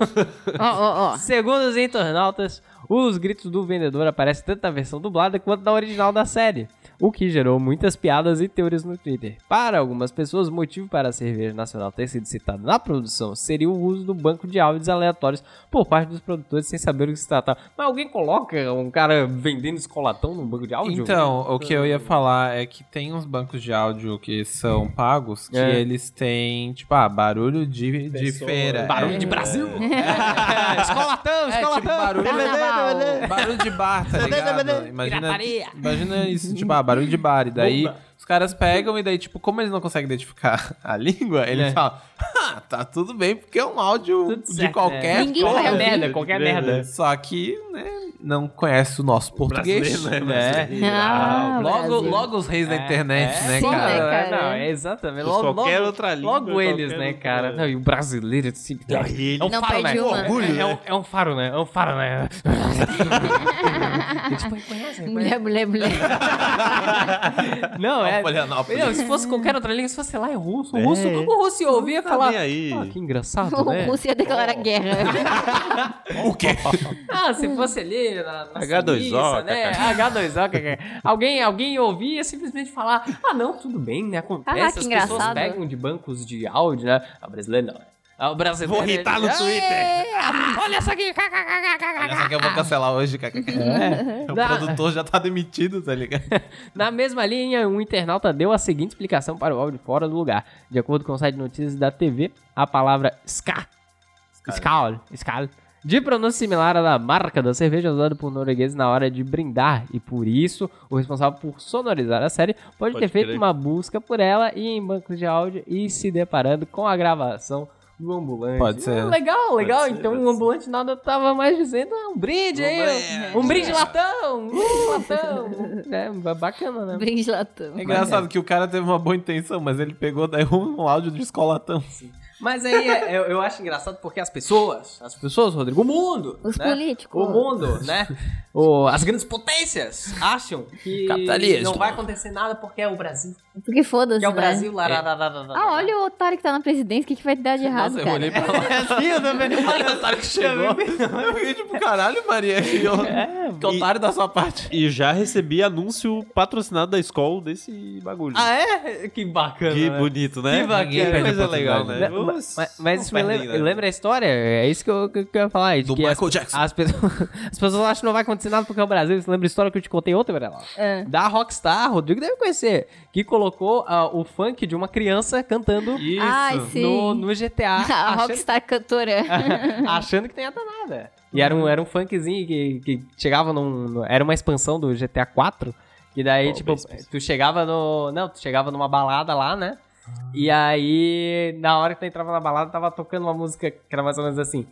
C: ó, ó.
A: Segundo os internautas, os gritos do vendedor aparecem tanto na versão dublada quanto na original da série, o que gerou muitas piadas e teorias no Twitter. Para algumas pessoas, o motivo para a cerveja nacional ter sido citada na produção seria o uso do banco de áudios aleatórios por parte dos produtores sem saber o que se tratava. Mas alguém coloca um cara vendendo escolatão no banco de áudio?
B: Então, o que eu ia falar é que tem uns bancos de áudio que são pagos que
A: É.
B: eles têm, tipo, ah, barulho de, de feira.
A: Barulho
B: É.
A: de Brasil! É, escolatão,
B: É,
A: escolatão!
B: tipo, barulho,
C: Carnaval.
B: barulho de bar, tá ligado? Imagina,
A: Pirataria.
B: imagina isso, tipo, ah, barulho de bar. E daí os Os caras pegam e daí, tipo, como eles não conseguem identificar a língua, eles
A: É.
B: falam, ah, tá tudo bem, porque é um áudio
A: Tudo
B: de
A: certo, é.
B: qualquer
C: Ninguém
B: forma."
A: Qualquer
C: vai ouvir.
A: merda, qualquer merda.
B: Só que, né, não conhece o nosso português.
D: Brasileiro, né?
B: É.
D: Brasileiro.
C: Ah,
B: Logo,
C: Brasil.
B: logo os reis da
A: É,
B: internet,
A: é.
B: né,
C: Sim,
B: cara?
C: né, cara?
A: Não, é exatamente.
D: Mas
A: Logo,
D: qualquer
A: logo-
D: outra língua,
A: logo
D: qualquer
A: eles, né,
D: outra-
A: cara? Não, e o brasileiro se...
D: Ele-
A: É um
C: Não
A: faro, né?
C: perde uma.
A: Orgulho, é, um, é um faro, né? É um faro, né? E, tipo, reconhece, reconhece.
C: Mulher, mulher, mulher.
A: Não, é...
B: Florianópolis.
A: Não, se fosse qualquer outra língua, se fosse, sei lá, é russo.
D: É.
A: russo o russo ia ouvir e ia
D: Tá
A: falar...
D: nem aí.
A: "Ah, que engraçado, né?
C: O Rússia declara guerra.
B: O quê?
A: Ah, se fosse ali na, na
D: H2O,
A: Suíça, né?
D: cacá.
A: H2O, cacá. alguém, alguém ouvia simplesmente falar, ah não, tudo bem, né? Acontece,
C: Ah,
A: as
C: que
A: pessoas
C: engraçado.
A: pegam de bancos de áudio, né? A brasileira não, né? Ah, O brasileiro...
D: Vou irritar no
A: Ah,
D: Twitter.
A: Olha essa aqui!
B: Olha, só que eu vou cancelar hoje, cara.
A: Uhum.
D: É.
B: O
A: Dá.
B: produtor já tá demitido, tá ligado?
A: Na mesma linha, um internauta deu a seguinte explicação para o áudio fora do lugar. De acordo com o site de notícias da TV, a palavra ska, skal, skal, de pronúncia similar à da marca da cerveja usada por noruegueses na hora de brindar, e por isso, o responsável por sonorizar a série pode,
D: Pode
A: ter feito
D: crer.
A: uma busca por ela e em bancos de áudio e se deparando com a gravação do ambulante.
E: Pode ser.
A: Hum, legal, legal.
D: ser,
A: então
D: pode
A: o
D: ser. é.
A: ambulante nada tava mais dizendo, ah, um brinde aí, um, um brinde latão, um latão. É, bacana, né?
C: Brinde latão.
B: É engraçado que o cara teve uma boa intenção, mas ele pegou daí um áudio de escolatão.
A: Mas aí é- eu, eu acho engraçado porque as pessoas, as pessoas, Rodrigo, o mundo,
C: Os
A: né?
C: políticos.
A: o mundo, né? O- as grandes potências acham que
B: Capitalismo.
A: não vai acontecer nada porque é o Brasil.
C: Porque foda-se.
A: Que é o
C: né?
A: Brasil. né? lá, lá, lá, lá, lá, lá.
C: Ah, olha o otário que tá na presidência. O que, que vai dar de errado,
B: Nossa, eu
C: cara?
B: olhei pra lá.
A: Eu também. Olha só que chegou.
B: Eu fiquei tipo, caralho, Maria,
A: É,
B: que, o- que otário da sua parte.
D: E já recebi anúncio patrocinado da escola desse bagulho.
A: Ah, é? Que bacana.
D: Que
A: né?
D: bonito, né?
A: Que bacana.
D: Que coisa legal,
A: Né,
D: né?
A: Mas, mas isso me
D: perdem,
A: lembra,
D: né?
A: lembra a história? É isso que eu, que eu ia falar. de
B: Do
A: que é
B: Michael
A: as,
B: Jackson.
A: As pessoas, as pessoas acham que não vai acontecer nada porque é o Brasil. Você lembra a história que eu te contei ontem, Varela?
C: É.
A: da Rockstar, Rodrigo deve conhecer, que colocou ah, o funk de uma criança cantando
C: Ai, sim.
A: no, no GTA,
C: A
A: achando,
C: Rockstar cantora.
A: achando que tem nada. E era um, era um funkzinho que, que chegava num. no- Era uma expansão do GTA 4. Que daí,
D: Qual
A: tipo,
D: bem expansão? Ah.
A: tu chegava no. Não, tu chegava numa balada lá, né? E aí, na hora que tu entrava na balada, tava tocando uma música que era mais ou menos assim.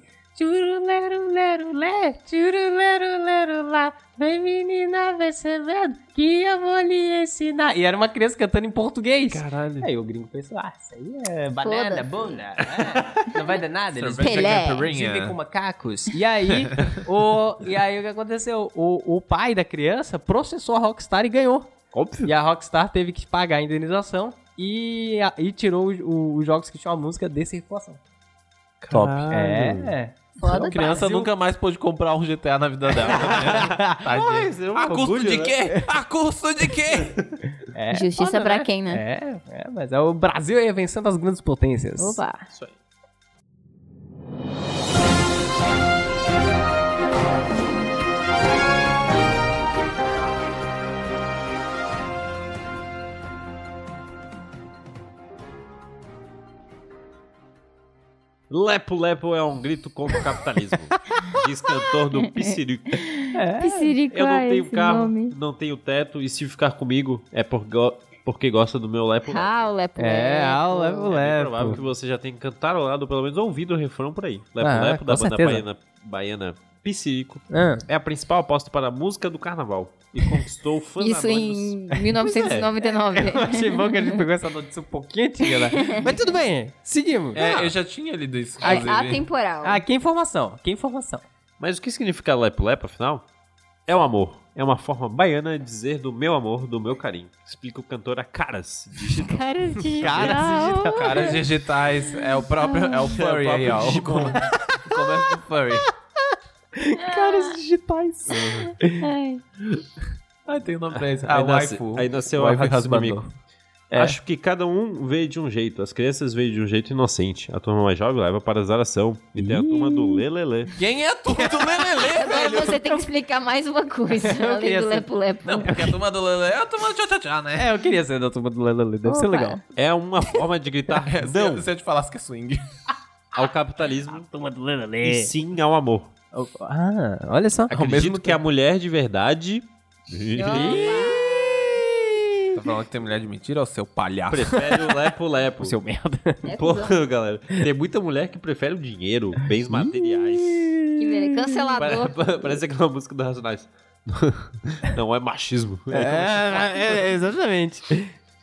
A: Tchurulerulé, tchurulerulá, vem menina percebendo que eu vou lhe ensinar. E era uma criança cantando em português.
B: Caralho.
A: Aí o gringo pensou, ah, isso aí é banana,
C: Foda-se.
A: bunda, é, não vai dar nada, eles
C: Sorvete Pelé.
A: vivem com macacos. E aí, o, e aí o que aconteceu? O, o pai da criança processou a Rockstar e ganhou.
D: Óbvio.
A: E a Rockstar teve que pagar a indenização e, a- e tirou o- o- os jogos que tinham a música de circulação.
E: Top.
D: Ah,
A: É.
C: Foda
B: criança
A: Brasil.
B: nunca mais pôde comprar um GTA na vida dela. Tá né? Tadinha.
D: Mas é um
B: a custo
D: orgulho,
B: de
D: né?
B: quê? A custo de quê?
A: é
C: Justiça
A: foda,
C: pra
A: né?
C: quem, né?
A: É, é, mas é o Brasil aí vencendo as grandes potências.
C: Opa.
D: Lepo Lepo é um grito contra o capitalismo. Diz cantor do Pissirico.
A: É,
C: Pissirico,
D: Eu não
C: ai,
D: tenho
C: é esse
D: carro,
C: nome.
D: não tenho teto, e se ficar comigo é por go- porque gosta do meu Lepo Lepo.
C: Ah, o Lepo.
A: É, ah, o
C: Lepo.
A: Lepo
D: É bem provável que
A: Lepo.
D: você já tenha cantarolado, ou pelo menos ouvido o refrão por aí. Lepo
A: Ah,
D: Lepo,
A: com
D: da banda
A: certeza.
D: baiana, baiana Pissirico,
A: Ah,
D: é a principal aposta para a música do carnaval e conquistou fãs
C: Isso
D: anônimos.
C: em 1999.
A: achei bom que a gente pegou essa notícia um pouquinho antiga, né? Mas tudo bem, seguimos.
B: É, eu já tinha lido isso.
C: É
B: inclusive.
C: atemporal.
A: Ah, que informação, que informação.
D: Mas o que significa Lepo Lepo, afinal? É o amor. É uma forma baiana de dizer do meu amor, do meu carinho. Explica o cantor a Caras. Digital.
C: Caras de
A: Caras
C: geral.
B: Caras digitais é o próprio. É o furry aí, ó. O com- o começo do furry.
A: Caras digitais.
C: Ai.
B: Ai, tem nome pra isso.
D: Aí
B: Ah,
D: nasce-
B: waifu.
D: aí nasceu
B: Waifu
D: a
B: É.
D: Hatsune
B: Husbando.
D: Miku. Acho que cada um veio de um jeito. As crianças veio de um jeito inocente. A turma mais jovem leva para a zaração. E tem a turma do Lelele.
B: Quem é tudo Lelele,
C: Agora
B: velho?
C: você tem que explicar mais uma coisa,
A: é Eu assim,
C: além
A: queria
C: do
A: ser-
C: lepo-lepo.
B: Não, porque a turma do Lelele é a turma do Tchá-Tchá, né?
A: É, eu queria ser da turma do Lelele, deve ser
C: Opa.
A: legal.
D: É uma forma de gritar
B: É, se,
D: não
B: eu, se eu te falasse que é swing.
D: ao capitalismo e sim ao amor.
A: Ah, olha só.
D: Acredito que a mulher de verdade...
C: Opa.
B: Tá falando que tem mulher de mentira, ó, seu palhaço.
D: Prefere o lepo-lepo.
B: Seu merda.
C: É
D: Pô,
C: cuzão.
D: galera, tem muita mulher que prefere o dinheiro, bens materiais.
C: Que velho, cancelador.
D: Pare- Parece aquela música do Racionais. Não é machismo.
A: É, é, exatamente.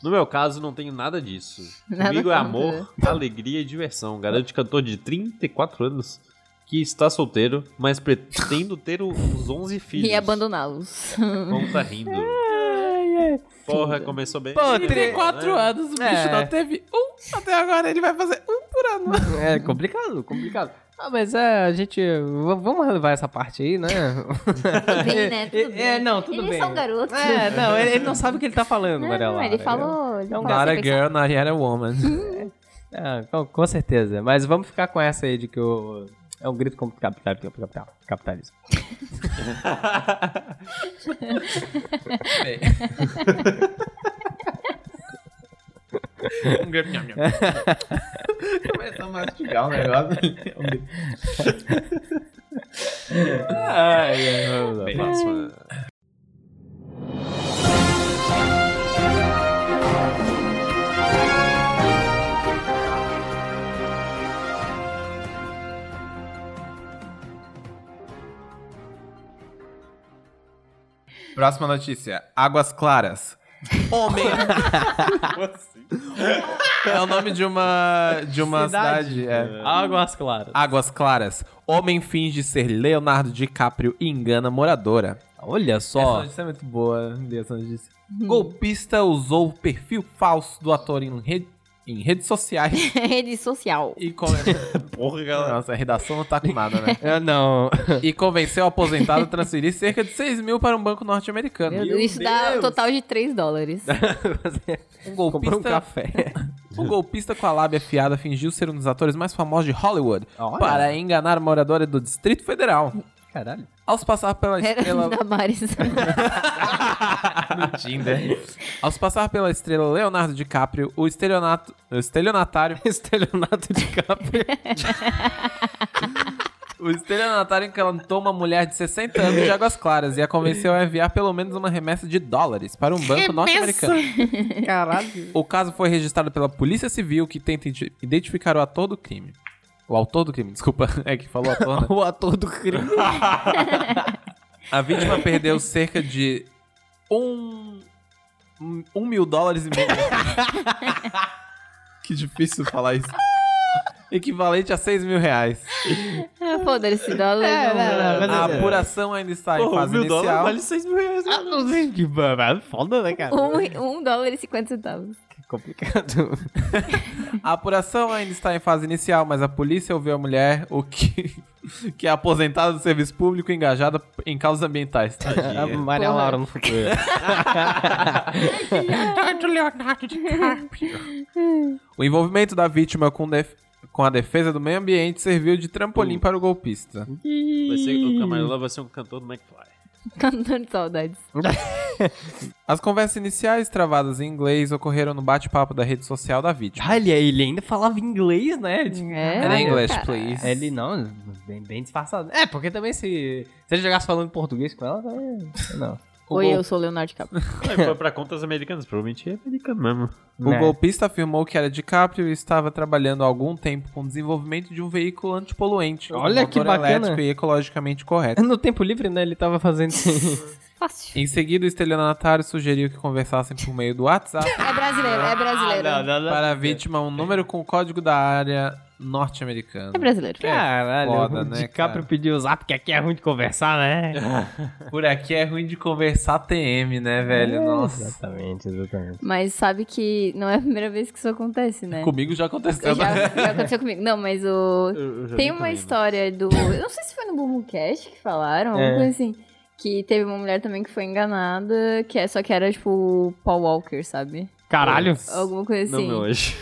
D: No meu caso, não tenho nada disso.
C: Nada
D: Comigo é
C: contra.
D: amor, alegria e diversão. Garante cantor de 34 anos que está solteiro, mas pretendo ter uns 11 filhos.
C: E abandoná-los.
D: Não tá rindo. Porra, começou bem.
A: Pô,
F: Tem quatro
D: né?
F: anos, o bicho
A: É.
F: não teve um.
B: Então
F: Até agora ele vai fazer um por ano.
A: É complicado, complicado. Ah, mas é, a gente. v- Vamos relevar essa parte aí, né?
C: Tudo bem, né? Tudo bem.
A: É, não, tudo
C: Eles
A: bem.
C: são garotos.
A: É, não, ele, ele não sabe o que ele tá falando,
C: Não,
A: Varela.
C: ele falou. Ele
A: Não,
C: falou
B: Not a
C: sem pensar.
B: girl, not yet a woman.
A: Ah, com, com certeza. Mas vamos ficar com essa aí de que o. É um grito contra o capital, capital, capital- capitalismo.
F: Começa a mastigar o negócio.
A: Ai, ai, vamos lá.
D: Próxima.
B: Próxima notícia. Águas Claras. Homem. é o nome de uma, de uma
A: Cidade.
B: cidade. é.
A: Águas claras.
B: Águas Claras. Homem finge ser Leonardo DiCaprio e engana moradora.
A: Olha
B: Essa
A: só.
B: notícia é muito boa, li essa notícia. Golpista usou o perfil falso do ator em, rede- em redes sociais
C: Rede social.
B: e convenceu...
D: Porra, galera.
B: Nossa, a redação não tá com nada, né?
A: Ah, não.
B: E convenceu o aposentado a transferir cerca de 6 mil para um banco
C: Meu
B: norte-americano.
C: Deus, isso dá um total de 3 dólares.
B: Um
A: Comprou um
B: golpista,
A: café.
B: um golpista com a lábia afiada fingiu ser um dos atores mais famosos de Hollywood
A: Olha.
B: para enganar a moradora do Distrito Federal.
A: Caralho.
B: Ao passar pela
C: Era
B: estrela...
C: da Maris.
D: Tá
B: Ao passar pela estrela Leonardo DiCaprio, o, estelionato, o estelionatário
A: Estelionato de café.
B: O estelionatário encantou uma mulher de 60 anos de Águas Claras e a convenceu a enviar pelo menos uma remessa de dólares para um banco norte-americano.
A: Caralho.
B: O caso foi registrado pela Polícia Civil, que tenta ide- identificar o ator do crime. O autor do crime, desculpa, é que falou ator, né?
A: O ator do crime.
B: A vítima perdeu cerca de um, um- um mil dólares e meio. que difícil falar isso. Equivalente a 6 mil reais.
C: Ah, Foda-se, dólar.
A: É, não,
B: A
D: Ah,
B: apuração ainda está em
D: assim, é. Porra, um
B: fase
D: mil dólares
B: inicial.
D: vale 6 mil reais. né? Tipo, é
A: Ah, não sei que babado. Foda, né, cara?
C: Um, um dólar e 50 centavos.
A: Que complicado.
B: A apuração ainda está em fase inicial, mas a polícia ouviu a mulher, o que, que é aposentada do serviço público e engajada em causas ambientais.
A: A
D: Tadinha.
A: Maria
C: Porra.
A: Laura no futuro.
B: O envolvimento da vítima com, def- com a defesa do meio ambiente serviu de trampolim para o golpista.
D: Vai ser, o Camarilla vai ser um cantor do McFly.
C: Cantando de saudades.
B: As conversas iniciais, travadas em inglês, ocorreram no bate-papo da rede social da vítima.
A: Olha, Ah, ele ainda falava inglês, né? Tipo,
C: É.
B: Era
A: caralho.
B: inglês,
C: cara.
B: please.
A: Ele não, bem, bem disfarçado. É, porque também se, se ele jogasse falando português com ela, também- não.
B: O
C: Oi,
B: gol-
C: eu sou o Leonardo DiCaprio.
D: Aí foi pra contas americanas, provavelmente é americano mesmo.
B: O
A: né?
B: golpista afirmou que era DiCaprio e estava trabalhando há algum tempo com o desenvolvimento de um veículo antipoluente.
A: Olha
B: um
A: que
B: motor
A: bacana.
B: elétrico e ecologicamente correto.
A: No tempo livre, né, ele tava fazendo assim.
C: Fácil.
B: Em seguida, o estelionatário sugeriu que conversassem por meio do WhatsApp
C: É brasileiro, é brasileiro.
A: Ah, não, não.
B: para a vítima um número com o código da área norte-americana.
C: É brasileiro.
A: Caralho,
B: foda,
A: o
B: né,
A: DiCaprio
B: cara?
A: pediu o zap, porque aqui é ruim de conversar, né?
B: Por aqui é ruim de conversar TM, né, velho? Nossa.
A: Exatamente, exatamente.
C: Mas sabe que não é a primeira vez que isso acontece, né?
B: Comigo já aconteceu.
C: Já, já aconteceu comigo. Não, mas o. Tem
D: né?
C: uma história do. Eu não sei se foi no Bumbumcast que falaram, alguma
A: É.
C: coisa assim. Que teve uma mulher também que foi enganada, que é, só que era tipo Paul Walker, sabe?
A: Caralho.
C: Alguma coisa
D: Não,
C: assim.
D: meu anjo.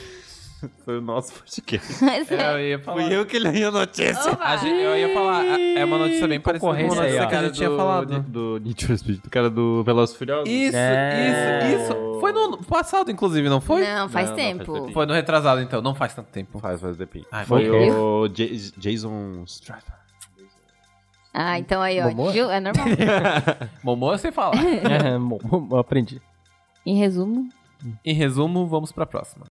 D: Foi o nosso podcast.
C: Mas é-
B: Eu ia falar.
D: Fui É, eu que li a notícia.
C: Opa!
B: A gente- eu ia falar, é- é uma notícia bem parecida com uma
A: Concorrência aí,
B: notícia
A: ó.
B: que a gente tinha
D: um
B: falado.
D: Do, do Need for Speed, do cara do Velozes e Furiosos.
B: Isso,
A: É.
B: isso, isso. Foi no passado, inclusive, não foi?
C: Não, faz
D: Não, não,
C: tempo.
D: faz tempo.
B: Foi no retrasado, então. Não faz tanto tempo.
D: Faz, faz tempinho.
B: Ai,
D: Foi
A: meu
D: o Ja- Jason Stratham.
C: Ah, então aí, ó.
A: Momoa?
C: Viu? É normal.
B: Momô, eu sei falar.
A: É, bom, bom, aprendi.
C: Em resumo,
E: Em resumo, vamos pra próxima.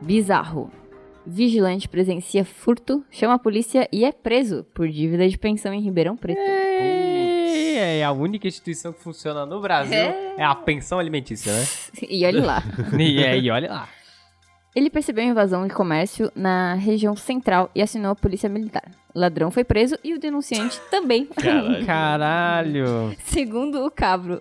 C: bizarro. Vigilante presencia furto, chama a polícia e é preso por dívida de pensão em Ribeirão Preto.
A: Ei, É a única instituição que funciona no Brasil é, a pensão alimentícia, né?
C: E olha lá.
A: e aí, olha lá.
C: Ele percebeu invasão de comércio na região central e assinou a polícia militar. O ladrão foi preso e o denunciante também.
D: Caralho.
A: Caralho.
C: Segundo o cabro.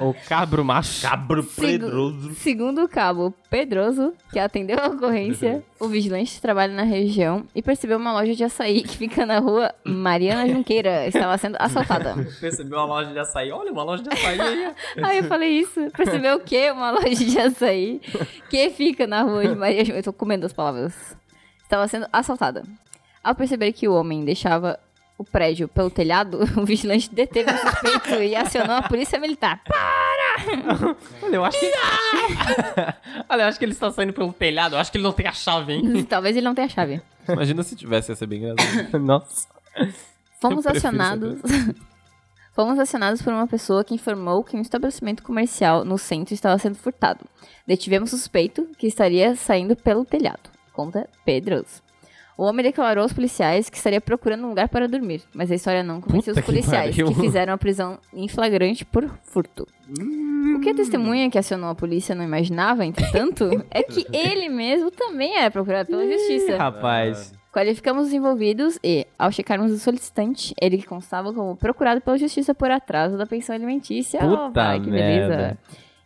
A: o cabro macho.
D: Cabro
C: Sigo-
D: pedroso.
C: Segundo o cabo Pedroso, que atendeu a ocorrência, o vigilante trabalha na região e percebeu uma loja de açaí que fica na rua Mariana Junqueira. Estava sendo assaltada.
A: Percebeu uma loja de açaí. Olha, uma loja de açaí aí.
C: Aí eu falei isso. Percebeu o quê? Uma loja de açaí que fica na rua de Maria João. Eu tô comendo as palavras. Estava sendo assaltada. Ao perceber que o homem deixava o prédio pelo telhado, o vigilante deteve o suspeito e acionou a polícia militar.
A: Olha, eu acho que. Olha, eu acho que ele está saindo pelo telhado. Eu acho que ele não tem a chave, hein?
C: Talvez ele não tenha chave.
E: Imagina se tivesse, ia ser bem engraçado.
A: Nossa.
C: Fomos
E: Eu prefiro
C: acionados. Fomos acionados por uma pessoa que informou que um estabelecimento comercial no centro estava sendo furtado. Detivemos o suspeito que estaria saindo pelo telhado. Conta Pedros. O homem declarou aos policiais que estaria procurando um lugar para dormir, mas a história não convenceu
A: Puta
C: os
A: que
C: policiais, que,
A: pariu.
C: fizeram a prisão em flagrante por furto. O
A: Hum.
C: que a testemunha que acionou a polícia não imaginava, entretanto, é que ele mesmo também era procurado pela justiça.
A: Rapaz.
C: Qualificamos os envolvidos e, ao checarmos o solicitante, ele que constava como procurado pela justiça por atraso da pensão alimentícia.
A: Puta
C: Ó, vai, que
A: merda.
C: beleza.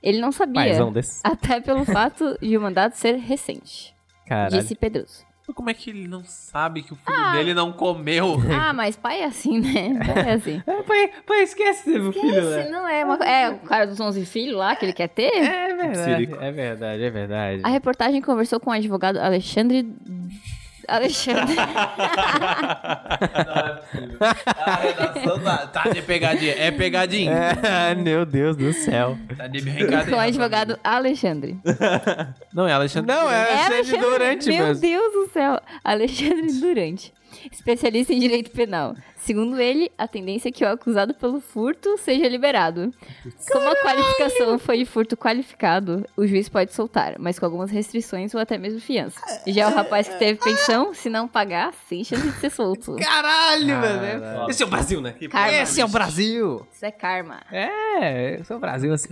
C: Ele não sabia,
A: Paizão desse.
C: até pelo fato de o mandato ser recente,
A: Caralho.
C: disse Pedroso.
E: Como é que ele não sabe que o filho dele não comeu?
C: Ah, mas pai é assim, né? Pai é assim.
A: É, pai, pai, esquece, meu filho, né?
C: Esse não é uma... co- É o cara dos 11 filhos lá que ele quer ter?
A: É verdade,
E: Psirico.
A: é verdade, é verdade.
C: A reportagem conversou com o advogado Alexandre... Alexandre...
E: A
B: Ah, é
E: redação tá, tá de pegadinha. É pegadinha.
A: Ah, meu Deus do céu.
E: Tá de
C: com o
E: brincadeira.
C: advogado Alexandre.
E: Não, é Alexandre.
A: Não, é,
C: É
A: Alexandre Durante
C: Meu
A: mesmo.
C: Deus do céu. Alexandre Durante. Especialista em direito penal. Segundo ele, a tendência é que o acusado pelo furto seja liberado. Como a qualificação foi de furto qualificado, o juiz pode soltar, mas com algumas restrições ou até mesmo fiança. Já o rapaz que teve pensão, se não pagar, sem chance de ser solto.
A: Caralho, velho. Esse é o Brasil, né?
C: Carma.
A: Esse é o Brasil.
C: Isso é karma.
A: É, esse é o Brasil assim.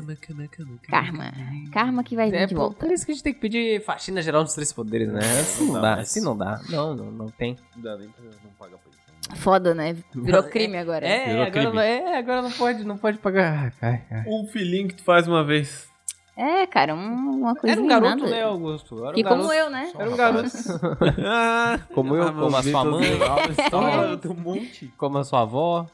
C: Karma. Karma que vai vir
A: É
C: de
A: por,
C: volta.
A: por isso que a gente tem que pedir faxina geral nos três poderes, né? Assim não,
D: Não,
A: dá,
D: mas-
A: assim não dá. Não, não, não tem.
D: Dá nem pra não pagar pra isso.
C: Foda, né? Virou crime agora.
A: É,
D: Virou
A: agora,
D: crime.
A: não- é, agora não pode, não pode pagar. Ah, cai, cai.
E: Um filhinho que tu faz uma vez.
C: É, cara, um- uma coisa
A: Era um garoto, né, Augusto? Era um
C: E
A: garoto. Ah,
C: como eu, né?
A: Era um garoto. como eu, como a sua mãe,
E: Olha, tem um monte.
A: como a sua avó.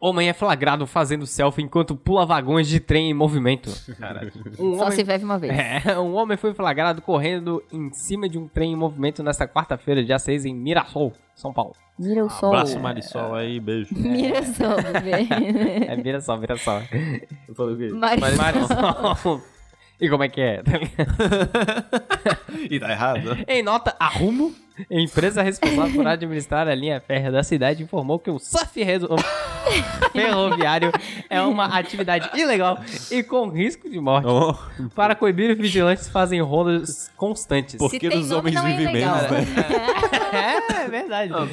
A: Homem é flagrado fazendo selfie enquanto pula vagões de trem em movimento. Um
C: Só
A: homem-
C: se vive uma vez.
A: é, um homem foi flagrado correndo em cima de um trem em movimento nesta quarta-feira, dia 6, em Mirassol, São Paulo.
C: Mira o sol.
D: Abraço, Marisol
C: é.
D: aí, beijo.
C: Mira o sol, bebê.
A: É Mirassol, Mirassol.
D: Eu falei o quê?
C: Mas,
A: Mirassol. E como é que é?
D: Ih, tá errado.
A: Em nota, a Rumo, empresa responsável por administrar a linha férrea da cidade, informou que o surf reso- ferroviário é uma atividade ilegal e com risco de morte.
D: Oh,
A: Para coibir, vigilantes fazem rondas constantes.
D: Por-
C: se
D: Porque
C: tem
D: os
C: nome,
D: homens
C: não é
D: vivem
C: ilegal.
D: menos,
A: É, é verdade.
B: Ah.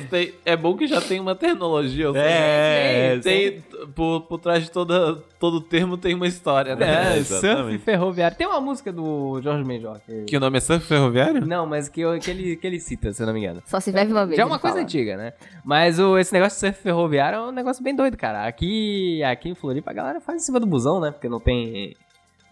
E: é bom que já tem uma terminologia. ou
D: É,
E: seja, tem, por, por trás de toda, todo termo tem uma história, né?
A: É,
D: É,
A: surf
D: exatamente.
A: ferroviário. Tem uma música do Jorge Benjor. que-
E: Que o nome é surf ferroviário?
A: Não, mas que, eu- que ele, que ele cita, se eu não me engano.
C: Só se vive uma vez.
A: Já é uma
C: ele
A: coisa
C: fala.
A: antiga, né? Mas o, esse negócio de surf ferroviário é um negócio bem doido, cara. Aqui, aqui em Floripa a galera faz em cima do busão, né? Porque não tem.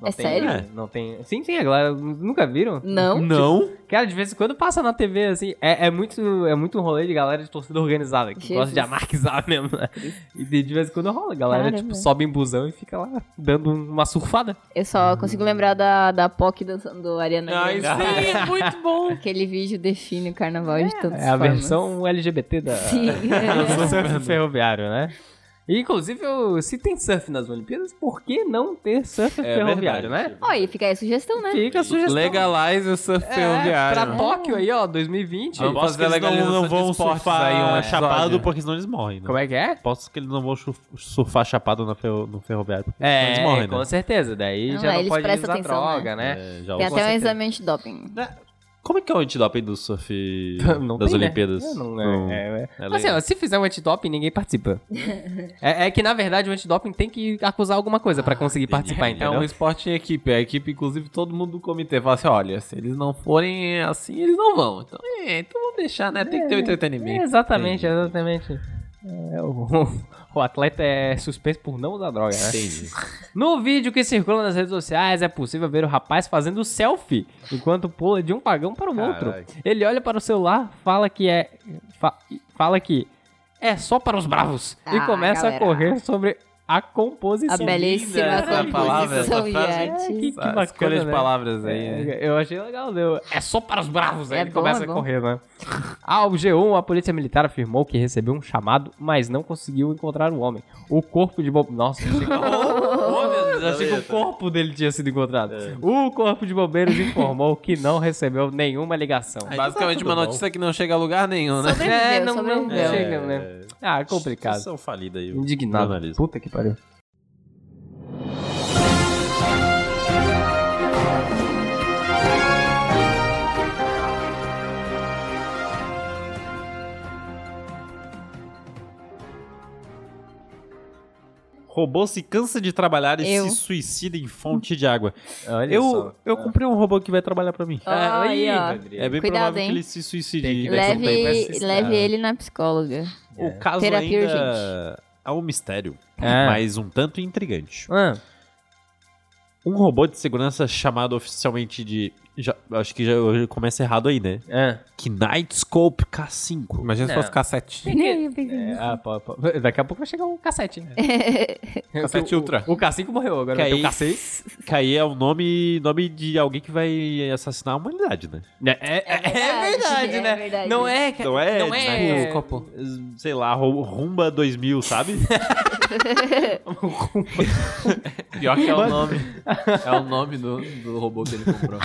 A: Não
C: É
A: tem-
C: sério?
A: é, Não tem. Sim, tem, agora. Nunca viram?
C: Não?
E: Não?
A: Cara, de vez em quando passa na TV, assim, é, é muito é muito um rolê de galera de torcida organizada, que
C: Jesus.
A: gosta de anarquizar mesmo, né? E de, de vez em quando rola, a galera,
C: Caramba.
A: tipo, sobe em busão e fica lá dando uma surfada.
C: Eu só consigo lembrar da, da POC dançando Ariana
E: Ai,
C: Grande.
E: sim, é muito bom.
C: Aquele vídeo define o carnaval de todas
A: É a
C: formas.
A: versão LGBT da
C: Sim.
A: do surf ferroviário, né? E, inclusive, eu- se tem surf nas Olimpíadas, por que não ter surf
E: É
A: ferroviário, né?
C: Olha, fica aí a sugestão, né?
A: Fica a sugestão.
E: Legalize o surf
A: É,
E: ferroviário.
A: pra Tóquio aí, ó, 2020.
E: Ah,
D: Posso
E: Fazer
D: Tipo, que eles não,
E: legalização
D: não
E: de
D: vão
E: esportes
D: surfar
E: aí, um episódio.
D: é chapado, porque senão eles morrem, né?
A: Como é que é?
D: Posso que eles não vão chu- surfar chapado na ferro- no ferroviário. porque senão
A: É,
D: eles morrem,
A: com
D: né?
A: certeza. Daí
C: Não,
A: já
C: é,
A: não
C: eles
A: pode
C: prestam
A: usar
C: atenção,
A: droga, né?
D: É, já
C: Tem
D: os-
C: até um exame antidoping.
D: Como é que é o antidoping do surf
A: Não
D: das
A: tem, né?
D: Olimpíadas?
A: É, não,
E: Hum.
D: Não.
A: é, é, é.
D: Ela
A: Assim,
D: é-
A: ó, se fizer um antidoping, ninguém participa. é, é que, na verdade, o antidoping tem que acusar alguma coisa pra conseguir
D: entendi.
A: participar,
E: É
A: entendeu?
E: um esporte em equipe. A equipe, inclusive, todo mundo do comitê fala assim: olha, se eles não forem assim, eles não vão. Então, é, então vamos deixar, né? Tem que ter um
A: É,
E: entretenimento.
A: exatamente, exatamente. É, o, o atleta é suspenso por não usar droga, né?
D: Entendi.
A: No vídeo que circula nas redes sociais, é possível ver o rapaz fazendo selfie enquanto pula de um pagão para o outro.
D: Caralho.
A: Ele olha para o celular, fala que é. fa- fala que é só para os bravos e
C: Ah,
A: começa
C: galera.
A: a correr sobre a composição.
C: A belíssima
E: essa palavra, essa
C: composição,
E: frase.
A: É,
C: gente.
A: que, que
E: Essa
A: bacana,
E: escolha de
A: né?
E: palavras aí. né?
A: É, eu achei legal, deu. É só para os bravos, aí
C: É
A: ele
C: bom,
A: começa
C: é bom.
A: a correr, né? Ao G1, a polícia militar afirmou que recebeu um chamado, mas não conseguiu encontrar o homem. O corpo de bombeiros. Nossa, eu achei que... Oh, meu Deus, eu achei que o corpo dele tinha sido encontrado. O corpo de bombeiros informou que não recebeu nenhuma ligação.
E: É Basicamente,
D: tudo
E: uma
D: bom.
E: notícia que não chega a lugar nenhum, né?
C: Sobreviveu,
A: É, não, não,
C: sobreviveu.
A: chega, né? Ah, é complicado.
D: São falida aí. o
A: Indignado.
D: jornalismo.
A: Puta que pariu.
D: Robô se cansa de trabalhar e
C: Eu.
D: se suicida em fonte de água.
A: Olha
D: Eu,
A: só.
D: eu comprei um robô que vai trabalhar pra mim.
C: Olha,
A: aí,
C: ó.
A: Rodrigo.
D: É bem
C: Cuidado,
D: provável
C: hein?
D: que ele se suicide.
A: Tem que
D: daqui a um tempo.
C: Leve, leve ele na psicóloga.
D: O caso
C: Terapia
D: ainda é um mistério,
A: É.
D: mas um tanto intrigante.
A: Ah,
D: Um robô de segurança chamado oficialmente de... já- acho que já eu começo errado aí, né?
A: ah.
D: Knight Scope K5.
E: Imagina se
A: Não.
E: fosse cassete.
A: É, ah, pô, pô. Daqui a pouco vai chegar o cassete, né?
E: Cassete
A: o,
E: Ultra.
A: O K5 morreu, agora né? um vai ter o
D: Caí.
A: K6.
D: Que aí é o nome, nome de alguém que vai assassinar a humanidade, né?
A: É, é- é
C: verdade,
A: verdade,
C: é
A: né?
C: verdade.
A: Não é... ca-
D: Não é,
A: Não é...
D: tipo, sei lá, ru- Rumba 2000, sabe?
E: Pior que é o nome. É o nome do, do robô que ele comprou.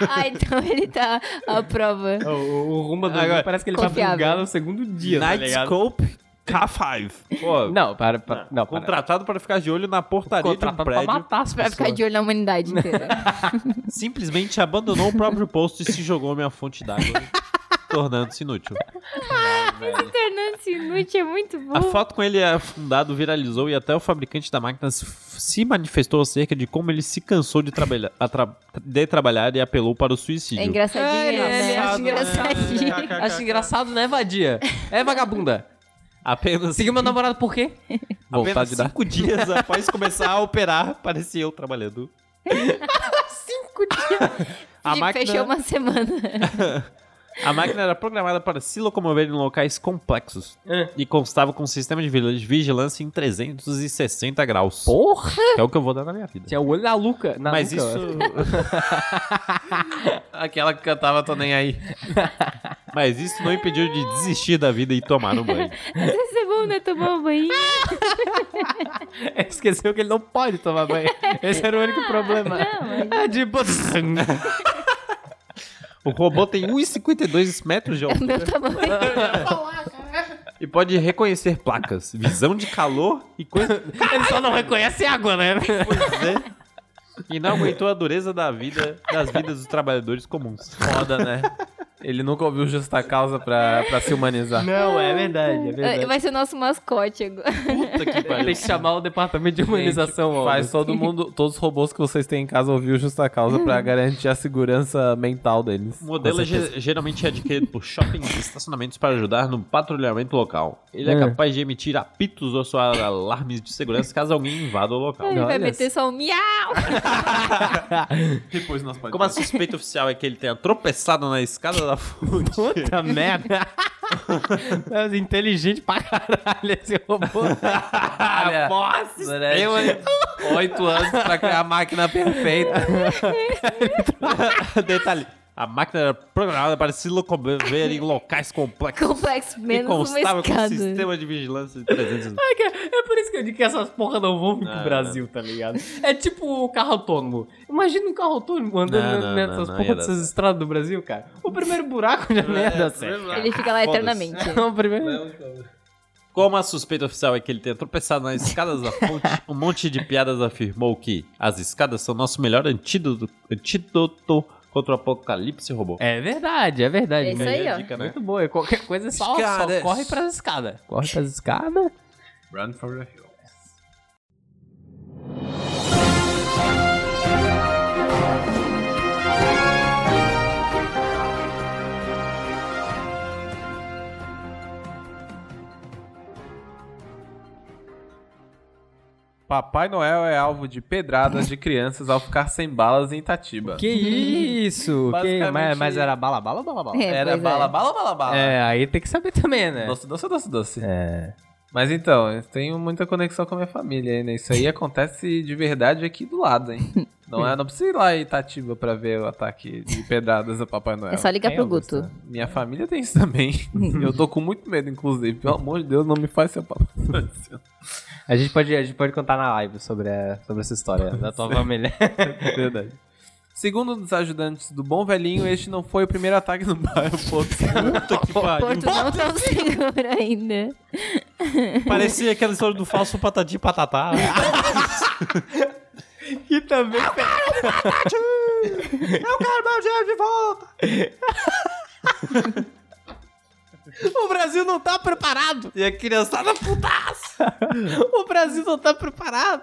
C: Ah, então ele tá à prova.
A: O, o- o Rumba do
D: Agora,
A: parece que ele
C: confiável.
A: tá bugado no segundo dia, tá
D: Knight
A: ligado?
D: Scope K5. Pô,
A: Não, para... para não, para.
D: contratado para ficar de olho na portaria de um
A: Contratado pra
D: prédio.
A: matar as
C: Pra
A: pessoas.
C: ficar de olho na humanidade inteira.
D: simplesmente abandonou o próprio posto e se jogou à minha fonte d'água, tornando-se inútil.
C: Tornando-se inútil é muito bom.
D: A foto com ele afundado viralizou e até o fabricante da máquina se- se manifestou acerca de como ele se cansou de, trabalhar, a tra- de trabalhar e apelou para o
C: É
D: suicídio.
C: engraçadinho,
A: É,
C: né?
A: ele acha engraçadinho. Acho engraçado, né, vadia? É vagabunda.
D: apenas
A: Seguiu meu namorado por quê?
D: apenas
E: Vontade de dar.
D: cinco dias após começar a operar, parecia eu trabalhando.
C: Cinco dias.
D: A
C: De-
D: máquina-
C: Fechou uma semana.
D: A máquina era programada para se locomover em locais complexos e constava com um sistema de vigilância em 360 graus.
A: Porra!
D: Que é o que eu vou dar na minha vida.
A: Tinha o olho na Luca. Na
D: Mas
A: nuca,
D: isso.
A: ó.
E: Aquela que cantava Tô Nem Aí.
D: Mas isso não impediu de desistir da vida e tomar um banho.
C: Essa semana é tomou um banho.
A: Esqueceu que ele não pode tomar banho. Esse era o único problema. É tipo...
D: O robô tem 1,52 metros de altura
C: É Meu tamanho.
D: e pode reconhecer placas, visão de calor e coisa.
A: Ele só não reconhece água, né?
D: Pois é. E não aguentou a dureza da vida, das vidas dos trabalhadores comuns.
E: Foda, né?
B: Ele nunca ouviu Justa Causa pra, pra se humanizar.
A: Não, é verdade, é verdade.
C: Vai ser o nosso mascote agora.
D: Puta que
A: Tem
D: pariu.
A: que chamar o departamento de humanização, ó.
B: Faz todo mundo, todos os robôs que vocês têm em casa ouvir o Justa Causa pra garantir a segurança mental deles.
D: O modelo
B: Com certeza.
D: ge- geralmente é adquirido por shoppings e estacionamentos para ajudar no patrulhamento local. Ele é
A: É.
D: capaz de emitir apitos ou soar alarmes de segurança caso alguém invada o local.
C: Ele vai
A: Olha
C: meter só um miau.
B: Depois nós podemos-
D: Como a suspeita oficial é que ele tenha tropeçado na escada da fonte.
A: Puta merda. Mas inteligente pra caralho esse robô.
B: Olha,
D: Nossa,
B: durante oito anos pra criar a máquina perfeita.
D: Detalhe. A máquina era programada para se locomover em locais complexos
C: Complexo
D: e
C: menos uma
D: constava com um
C: escada.
D: sistema de vigilância de 300
A: É que- É por isso que eu digo que essas porra não vão vir pro
D: Não,
A: Brasil, tá ligado? É tipo o carro autônomo. Imagina um carro autônomo andando
D: Não, não,
A: nessas
D: não, não
A: porra
D: ia
A: dessas
D: dar
A: estradas do Brasil, cara. O primeiro buraco já
B: é,
A: nem ia dar certo.
C: Ele fica lá
D: Foda-se.
C: eternamente.
A: O primeiro...
D: Como a suspeita oficial é que ele tenha tropeçado nas escadas da fonte, um monte de piadas afirmou que as escadas são nosso melhor antídoto, antídoto contra o apocalipse robô.
A: É verdade, é verdade.
C: É isso
A: mesmo.
C: aí, ó.
D: Dica, né?
A: Muito boa. Qualquer coisa é só, só
B: Escadas.
A: corre pras escadas. Corre pras escadas.
B: Run for the hill. Papai Noel é alvo de pedradas de crianças ao ficar sem balas em Itatiba.
A: Que Hum. isso? Que... Mas,
B: Basicamente-
A: mas era bala, bala, bala, bala.
C: É,
B: Era
C: pois é.
B: bala, bala, bala, bala.
A: É, aí tem que saber também, né?
B: Doce, doce, doce, doce.
A: É.
B: Mas então, eu tenho muita conexão com a minha família ainda. Isso aí acontece de verdade aqui do lado, hein? Não, é, não precisa ir lá em Itatiba pra ver o ataque de pedradas do Papai Noel.
C: É só ligar
A: É,
C: pro
A: Augusto.
C: Guto.
B: Minha família tem isso também. eu tô com muito medo, inclusive. Pelo amor de Deus, não me faz ser Papai Noel.
A: A gente pode, a gente pode contar na live sobre, a- sobre essa história da tua família.
B: Verdade. Segundo um dos ajudantes do Bom Velhinho, este não foi o primeiro ataque no bairro. Pô,
D: Puta que pariu.
C: Porto não tão seguro ainda.
D: Parecia aquela história do falso patati e patatá.
A: Que também.
D: Eu quero meu dinheiro de volta!
A: O Brasil não tá preparado!
D: E a criançada putaça!
A: O Brasil não tá preparado!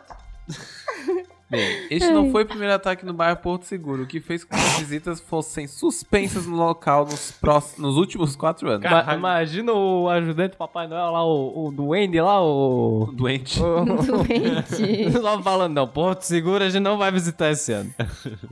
B: Bem, este não foi o primeiro ataque no bairro Porto Seguro, o que fez com que as visitas fossem suspensas no local nos, próximos, nos últimos quatro anos.
A: imagina o ajudante do Papai Noel lá, o, o duende lá, o.
B: Doente.
C: Doente.
A: Só falando, não, Porto Seguro a gente não vai visitar esse ano.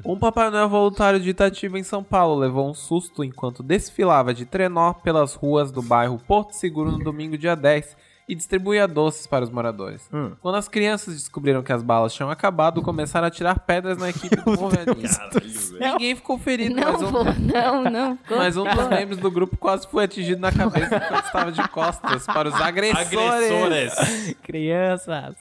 B: Um Papai Noel voluntário de Itatiba em São Paulo levou um susto enquanto desfilava de trenó pelas ruas do bairro Porto Seguro no domingo dia 10 e distribuía doces para os moradores.
A: Hum.
B: Quando as crianças descobriram que as balas tinham acabado, começaram a tirar pedras na equipe do bom velhinho. Ninguém ficou ferido, mas
C: Não
B: um,
C: vou, não, não. ficou.
B: mas um dos membros do grupo quase foi atingido na cabeça enquanto estava de costas para os
D: né?
B: agressores.
A: Crianças.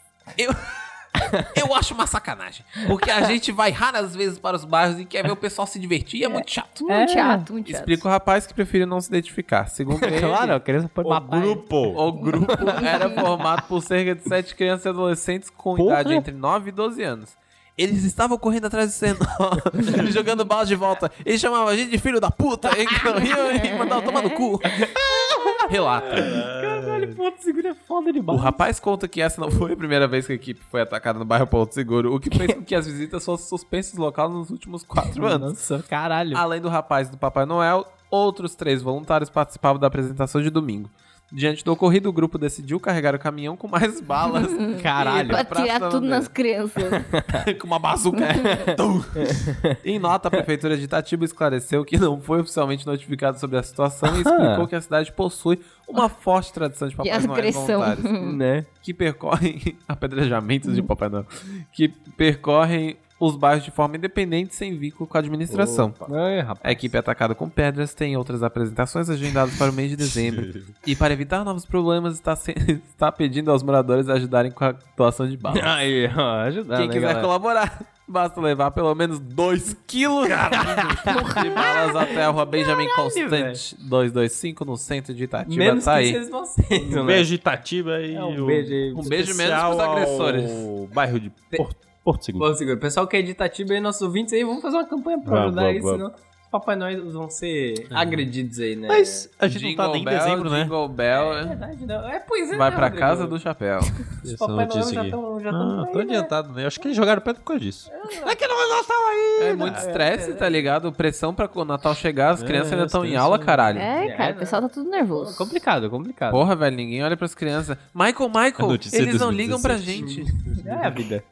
B: Eu acho uma sacanagem, porque a gente vai raras vezes para os bairros e quer ver o pessoal se divertir e é muito chato.
C: Muito chato, muito chato.
B: Explica o rapaz que preferiu não se identificar. Segundo ele,
A: Claro, a criança pode
D: O
A: babar.
D: grupo.
B: o grupo era formado por cerca de sete crianças e adolescentes com idade entre 9 e 12 anos. Eles estavam correndo atrás do senhor, jogando balas de volta. Ele chamava a gente de filho da puta então, e que não riam e mandava tomar no cu. Relata.
A: Caralho, Porto Seguro é foda de
B: O rapaz conta que essa não foi a primeira vez que a equipe foi atacada no bairro Porto Seguro, o que fez com que as visitas fossem suspensas no local nos últimos quatro anos.
A: Nossa, caralho.
B: Além do rapaz e do Papai Noel, outros três voluntários participavam da apresentação de domingo. Diante do ocorrido, o grupo decidiu carregar o caminhão com mais balas.
A: Caralho.
B: E
C: Pra
B: o prato
C: tirar
B: tava
C: tudo
B: vendo.
C: nas crianças.
B: com uma bazuca. é. Tum. em nota, a prefeitura de Itatiba esclareceu que não foi oficialmente notificado sobre a situação e explicou que a cidade possui uma forte tradição de Papai
C: De
B: Noel
C: Ah. agressão.
B: voluntários
A: Né?
B: que percorrem apedrejamentos de Papai Noel, que percorrem os bairros de forma independente sem vínculo com a administração.
A: Ai, rapaz.
B: A equipe é atacada com pedras, tem outras apresentações agendadas para o mês de dezembro. e para evitar novos problemas, está, se- está pedindo aos moradores ajudarem com a doação de balas.
A: Aí, ó, ajudar,
B: Quem
A: né,
B: quiser
A: galera?
B: colaborar, basta levar pelo menos 2 quilos de balas até a rua Benjamin Constant 225 no centro de Itatiba.
A: Menos
B: tá
A: que
B: aí.
A: vocês vocês,
D: Um
A: né?
D: beijo Itatiba e
A: É um beijo aí.
B: Um beijo menos
D: especial
B: pros agressores.
D: ao bairro de Porto, Porto Seguro.
A: Porto Seguro. Pessoal que é de Itatiba e nossos ouvintes aí, vamos fazer uma campanha pra
D: Vamos,
A: ajudar
D: vamos,
A: aí,
D: vamos. Uhum.
A: senão Papai Noel vão ser agredidos aí, né?
D: Mas a gente não tá nem em
B: Bell,
D: dezembro, né?
B: Jingle Bell,
A: É verdade, não. É poesia,
B: vai
A: né,
B: pra
A: Rodrigo?
B: casa do chapéu.
A: Os
D: Essa
A: Papai Noel
D: notícia
A: já
D: aqui.
A: estão já tão
D: Ah,
A: por
D: tô
A: aí, né?
D: adiantado, né? Eu acho que eles jogaram pedra por causa disso. É que não nós tava aí!
B: É muito estresse, tá ligado? Pressão pra quando o Natal chegar, as
D: É,
B: crianças ainda
D: as
B: estão em
D: crianças-
B: aula, caralho.
C: É,
A: É,
C: cara,
A: né?
C: o pessoal tá tudo nervoso.
A: Complicado, complicado.
B: Porra, velho, ninguém olha pras crianças. Michael,
D: A
B: Michael, eles
D: notícia é
B: não
D: 2017.
B: ligam pra gente.
A: É a vida.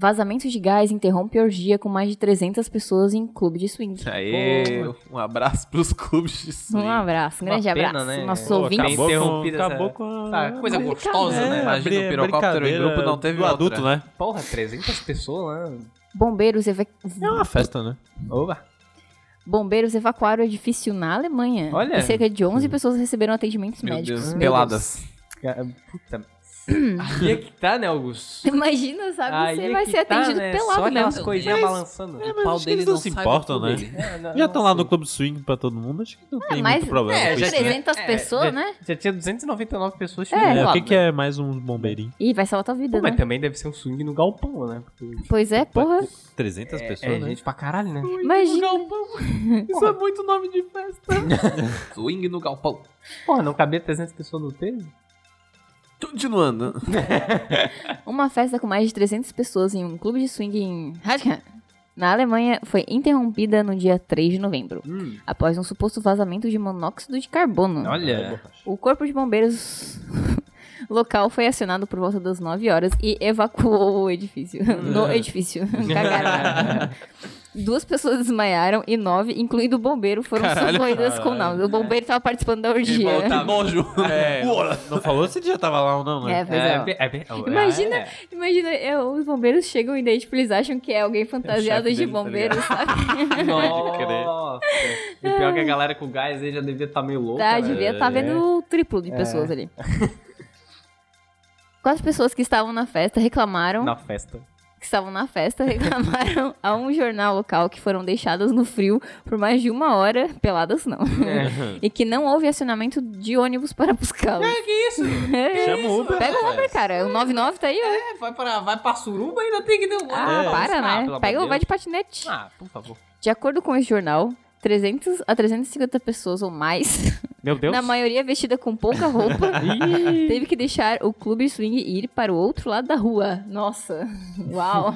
C: Vazamento de gás interrompe orgia com mais de 300 pessoas em clube de swing.
A: É, Aê!
B: Pô, Um abraço pros clubes de swing.
C: Um abraço, um
A: Uma
C: grande
A: pena,
C: abraço.
A: né?
C: Nossos
A: Pô,
C: ouvintes.
A: acabou interrompida essa-
D: um. acabou com a...
A: Essa coisa
C: Complicado,
A: gostosa,
C: né?
A: né?
B: Imagina o
D: brin-
B: pirocóptero em
D: brincadeira
B: grupo, não teve
D: do
B: outra.
D: adulto, né?
A: Porra, 300 pessoas, né?
C: Bombeiros, eva-
D: É uma festa, né?
A: Oba!
C: Bombeiros evacuaram o edifício na Alemanha.
A: Olha. Hum.
C: E cerca de 11 pessoas receberam atendimentos
B: Meu
C: médicos.
B: Deus,
C: Meu
B: peladas.
A: Cara, Puta. Aí é que tá, né, Augusto?
C: Deus. Imagina, sabe?
A: Aí
C: você
A: é
C: vai
A: que
C: ser
A: tá,
C: atendido
A: né?
C: pelado,
A: Só
C: né?
A: aquelas
C: Meu
A: coisinhas balançando.
D: É, mas acho que eles não se
A: sai do
D: importam,
A: clube
D: né?
A: dele. É, não-
D: Já
A: não
D: estão lá
A: sei.
D: no clube swing pra todo mundo, acho que não
C: Ah,
D: tem
C: mas-
D: muito problema.
A: é,
D: com
C: Deus.
A: já
D: isso, né?
C: 300
A: É,
C: pessoas, né?
A: Já tinha 299 pessoas
C: É.
A: chegando.
D: É, o que,
C: claro.
D: que é mais um bombeirinho?
C: Ih, vai salvar tua vida,
A: Pô, mas
C: né? é,
A: também deve ser um swing no galpão, né? Porque
D: 300 pessoas,
A: é
D: né?
A: gente pra caralho, né?
C: Imagina.
B: Isso é muito nome de festa. swing no galpão.
A: Porra, não cabia 300 pessoas no peso?
B: Continuando.
C: Uma festa com mais de 300 pessoas em um clube de swing em Hagen, na Alemanha, foi interrompida no dia 3 de novembro, após um suposto vazamento de monóxido de carbono.
D: É,
A: Olha.
C: O corpo de bombeiros local foi acionado por volta das 9 horas e evacuou o edifício. No edifício. Cagaram. Duas pessoas desmaiaram e nove, incluindo o bombeiro, foram socorridas com náusea. O bombeiro estava participando da orgia.
B: nojo. É.
D: Não falou se ele já tava lá ou não, né?
C: É, pois é.
A: é, é, é,
C: Imagina-
A: é.
C: Imagina, é, os bombeiros chegam e daí, tipo, eles acham que é alguém fantasiado
D: chefe
C: de
D: dele, tá
C: bombeiro, sabe?
A: Nossa. E pior que a galera com gás aí já devia estar meio louca.
C: Tá,
A: né?
C: devia estar vendo o triplo de pessoas ali. Quatro pessoas que estavam na festa reclamaram,
A: Na festa.
C: que estavam na festa, reclamaram a um jornal local que foram deixadas no frio por mais de uma hora, peladas não. e que não houve acionamento de ônibus para buscá-los.
A: Que isso?
D: Chama o Uber.
C: É, Pega o Uber, cara. O 99 tá aí, ó.
A: É, vai pra, vai pra suruba e ainda tem que dar um
C: Ah,
A: pra
C: para,
A: buscar, pelo
C: né?
A: amor
C: Pega ou
A: Deus.
C: vai de patinete.
A: Ah, por favor.
C: De acordo com esse jornal, 300 a 350 pessoas ou mais,
A: Meu Deus.
C: na maioria vestida com pouca roupa, teve que deixar o clube swing e ir para o outro lado da rua. Nossa, uau.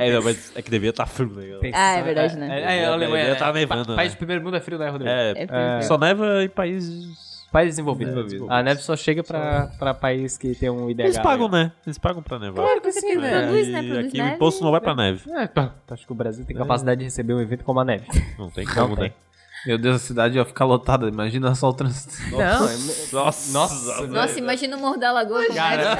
D: É, não, mas é que devia estar tá frio, né? galera?
C: Ah, é verdade, né?
A: É, é, a Alemanha.
D: Devia tá
A: né?
D: nevando,
A: Pa-
D: né?
A: País do primeiro mundo é frio, né, Rodrigo?
D: É,
C: É porque-
D: só neva em países...
A: País desenvolvido.
D: Desenvolvido.
A: A neve só chega pra, pra país que tem um IDH.
D: Eles pagam, né? Eles pagam pra nevar. É,
A: que sim, É, tá.
C: né? Produz, né?
D: E
C: Produz
D: aqui
C: neve.
D: o imposto não vai pra neve.
A: acho que o Brasil
D: É.
A: tem capacidade de receber um evento como a neve.
D: Não tem como,
A: tem.
D: né?
B: Meu Deus, a cidade ia ficar lotada. Imagina só o trânsito.
C: Tá
A: Não,
D: é Nossa.
A: Nossa,
C: Nossa, imagina o Morro da Lagoa né? como era.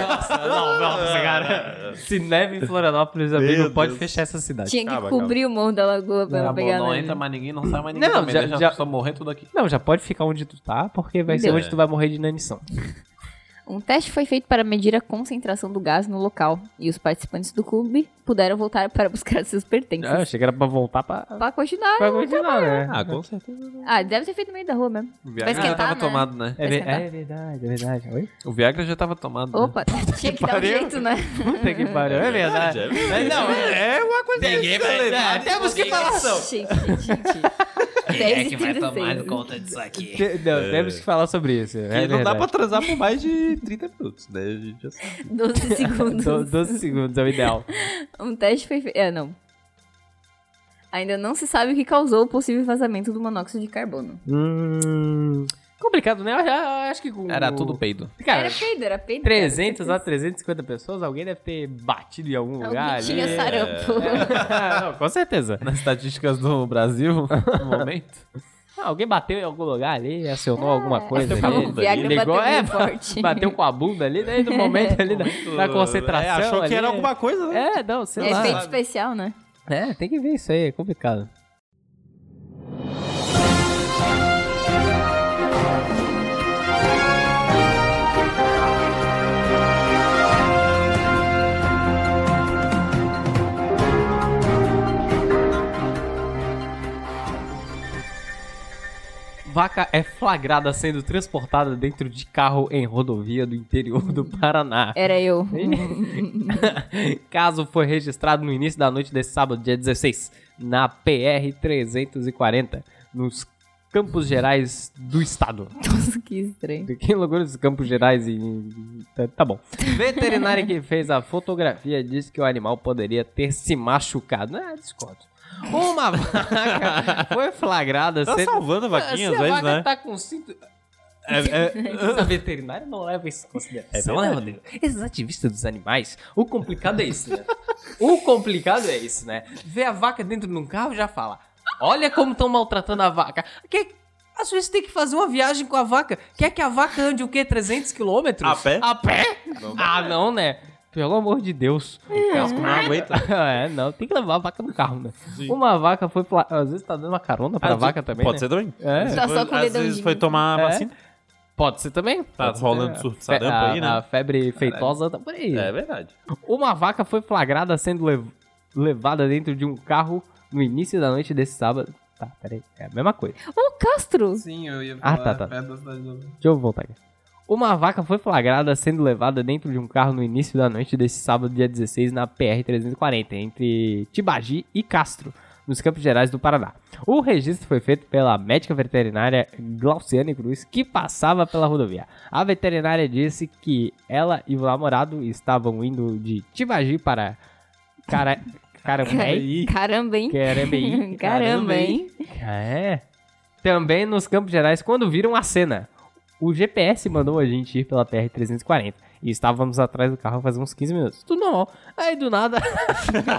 A: não, nossa, cara. Se neve em Florianópolis abrir,
D: Meu
A: não pode
D: Deus.
A: fechar essa cidade.
C: Tinha que
D: Acaba,
C: cobrir o Morro da Lagoa pra
B: Tá
C: ela
B: bom,
C: pegar né?
B: não
C: neve.
B: entra mais ninguém, não sai mais ninguém.
A: Não,
B: também,
A: já-
B: deixa
A: já-
B: a pessoa morrer tudo aqui.
A: Não, já pode ficar onde tu tá, porque vai ser
C: Deus.
A: onde tu vai morrer de inanição.
C: Um teste foi feito para medir a concentração do gás no local e os participantes do clube puderam voltar para buscar seus pertences.
A: Ah, achei que era pra voltar pra...
C: Pra continuar.
A: Pra continuar, né?
D: Ah, com certeza.
C: Ah, deve ter feito no meio da rua mesmo.
B: O Viagra já
C: esquentar,
B: tava
C: né?
B: tomado, né?
A: É,
C: Vai
A: ve-
C: esquentar.
A: é verdade, é verdade. Oi?
B: O Viagra já tava tomado. né?
C: Opa, tinha que dar um
A: Hum. pariu.
C: jeito, né?
A: Puta que pariu, é verdade.
D: É
A: Não, é uma coisa... Peguei, Temos que falar...
C: Gente, gente, gente. é que vai tomar conta.
A: Te- Não,
D: É.
A: temos que falar sobre isso. É
D: E não dá
A: verdade.
D: pra transar por mais de 30 minutos, né? A gente já sabe.
C: 12
A: Do-
C: segundos.
A: 12 segundos é o ideal.
C: Um teste foi feito. É, não. Ainda não se sabe o que causou o possível vazamento do monóxido de carbono.
A: Hum, Complicado, né? Eu já- eu acho que com.
B: Era tudo peido.
A: Cara,
C: era peido, era peido. cara.
A: 300 a 350 pessoas, alguém deve ter batido em algum lugar.
C: Alguém tinha
A: ali.
C: sarampo.
A: Não, com certeza.
B: Nas estatísticas do Brasil, no momento.
A: Não, Ah, alguém bateu em algum lugar ali, acionou alguma coisa
D: bateu com a
A: ali.
C: O
D: bunda
C: Viagra
A: ligou,
C: Ah, bateu
A: é,
C: muito forte.
A: Bateu com a bunda ali, daí no momento ali da, da concentração.
D: É, achou que
A: ali.
D: era alguma coisa, né?
A: É, não, sei
C: É
A: lá.
C: efeito especial, né?
A: É, tem que ver isso aí, é complicado. Vaca é flagrada sendo transportada dentro de carro em rodovia do interior do Paraná.
C: Era eu.
A: Caso foi registrado no início da noite desse sábado, dia 16, na PR 340, nos Campos Gerais do Estado.
C: Nossa, que estranho.
A: De Quem logrou esses Campos Gerais e. Tá, tá bom. Veterinária que fez a fotografia disse que o animal poderia ter se machucado. Ah, discordo. Uma vaca foi flagrada
D: Tá
A: sendo.
D: salvando a vaquinha
A: Se
D: às
A: a
D: vezes,
A: vaca
D: né?
A: tá com cinto.
D: É-
A: A veterinária não leva isso em consideração, né,
D: verdade.
A: Rodrigo? Esses ativistas dos animais, o complicado é isso, né? O complicado é isso, né? Ver a vaca dentro de um carro e já fala: Olha como estão maltratando a vaca. Que, às vezes tem que fazer uma viagem com a vaca. Quer que a vaca ande o quê? 300 quilômetros?
D: A pé?
A: A pé? ah, não, né? Pelo amor de Deus.
D: Casco não aguenta.
A: é, não, tem que levar a vaca no carro, né? Uma vaca foi. pla- Às vezes tá dando uma carona pra
D: Ah,
A: vaca também.
D: Pode
A: né?
D: ser também.
A: É.
C: Tá só com o
D: Às vezes
C: dedãozinho.
D: foi tomar
A: É.
D: vacina.
A: Pode ser também.
D: Tá
A: Pode ser.
D: rolando surto
A: Fe-
D: sarampo
A: a-
D: aí, né?
A: A febre feitosa tá por aí.
D: É verdade.
A: Uma vaca foi flagrada sendo lev- levada dentro de um carro no início da noite desse sábado. Tá, peraí. É a mesma coisa.
C: Ô, Castro!
E: Sim, eu ia
A: Ah,
E: falar.
A: tá, tá.
E: perto da cidade do-
A: Deixa eu voltar aqui. Uma vaca foi flagrada sendo levada dentro de um carro no início da noite desse sábado, dia 16, na PR-340, entre Tibagi e Castro, nos Campos Gerais do Paraná. O registro foi feito pela médica veterinária Glauciane Cruz, que passava pela rodovia. A veterinária disse que ela e o namorado estavam indo de Tibagi para Cara... Carambeí.
C: Caramba, hein?
A: Carambeí.
C: Caramba, hein?
A: É. Também nos Campos Gerais, quando viram a cena, o GPS mandou a gente ir pela PR-340. E estávamos atrás do carro faz uns 15 minutos. Tudo normal. Aí do nada.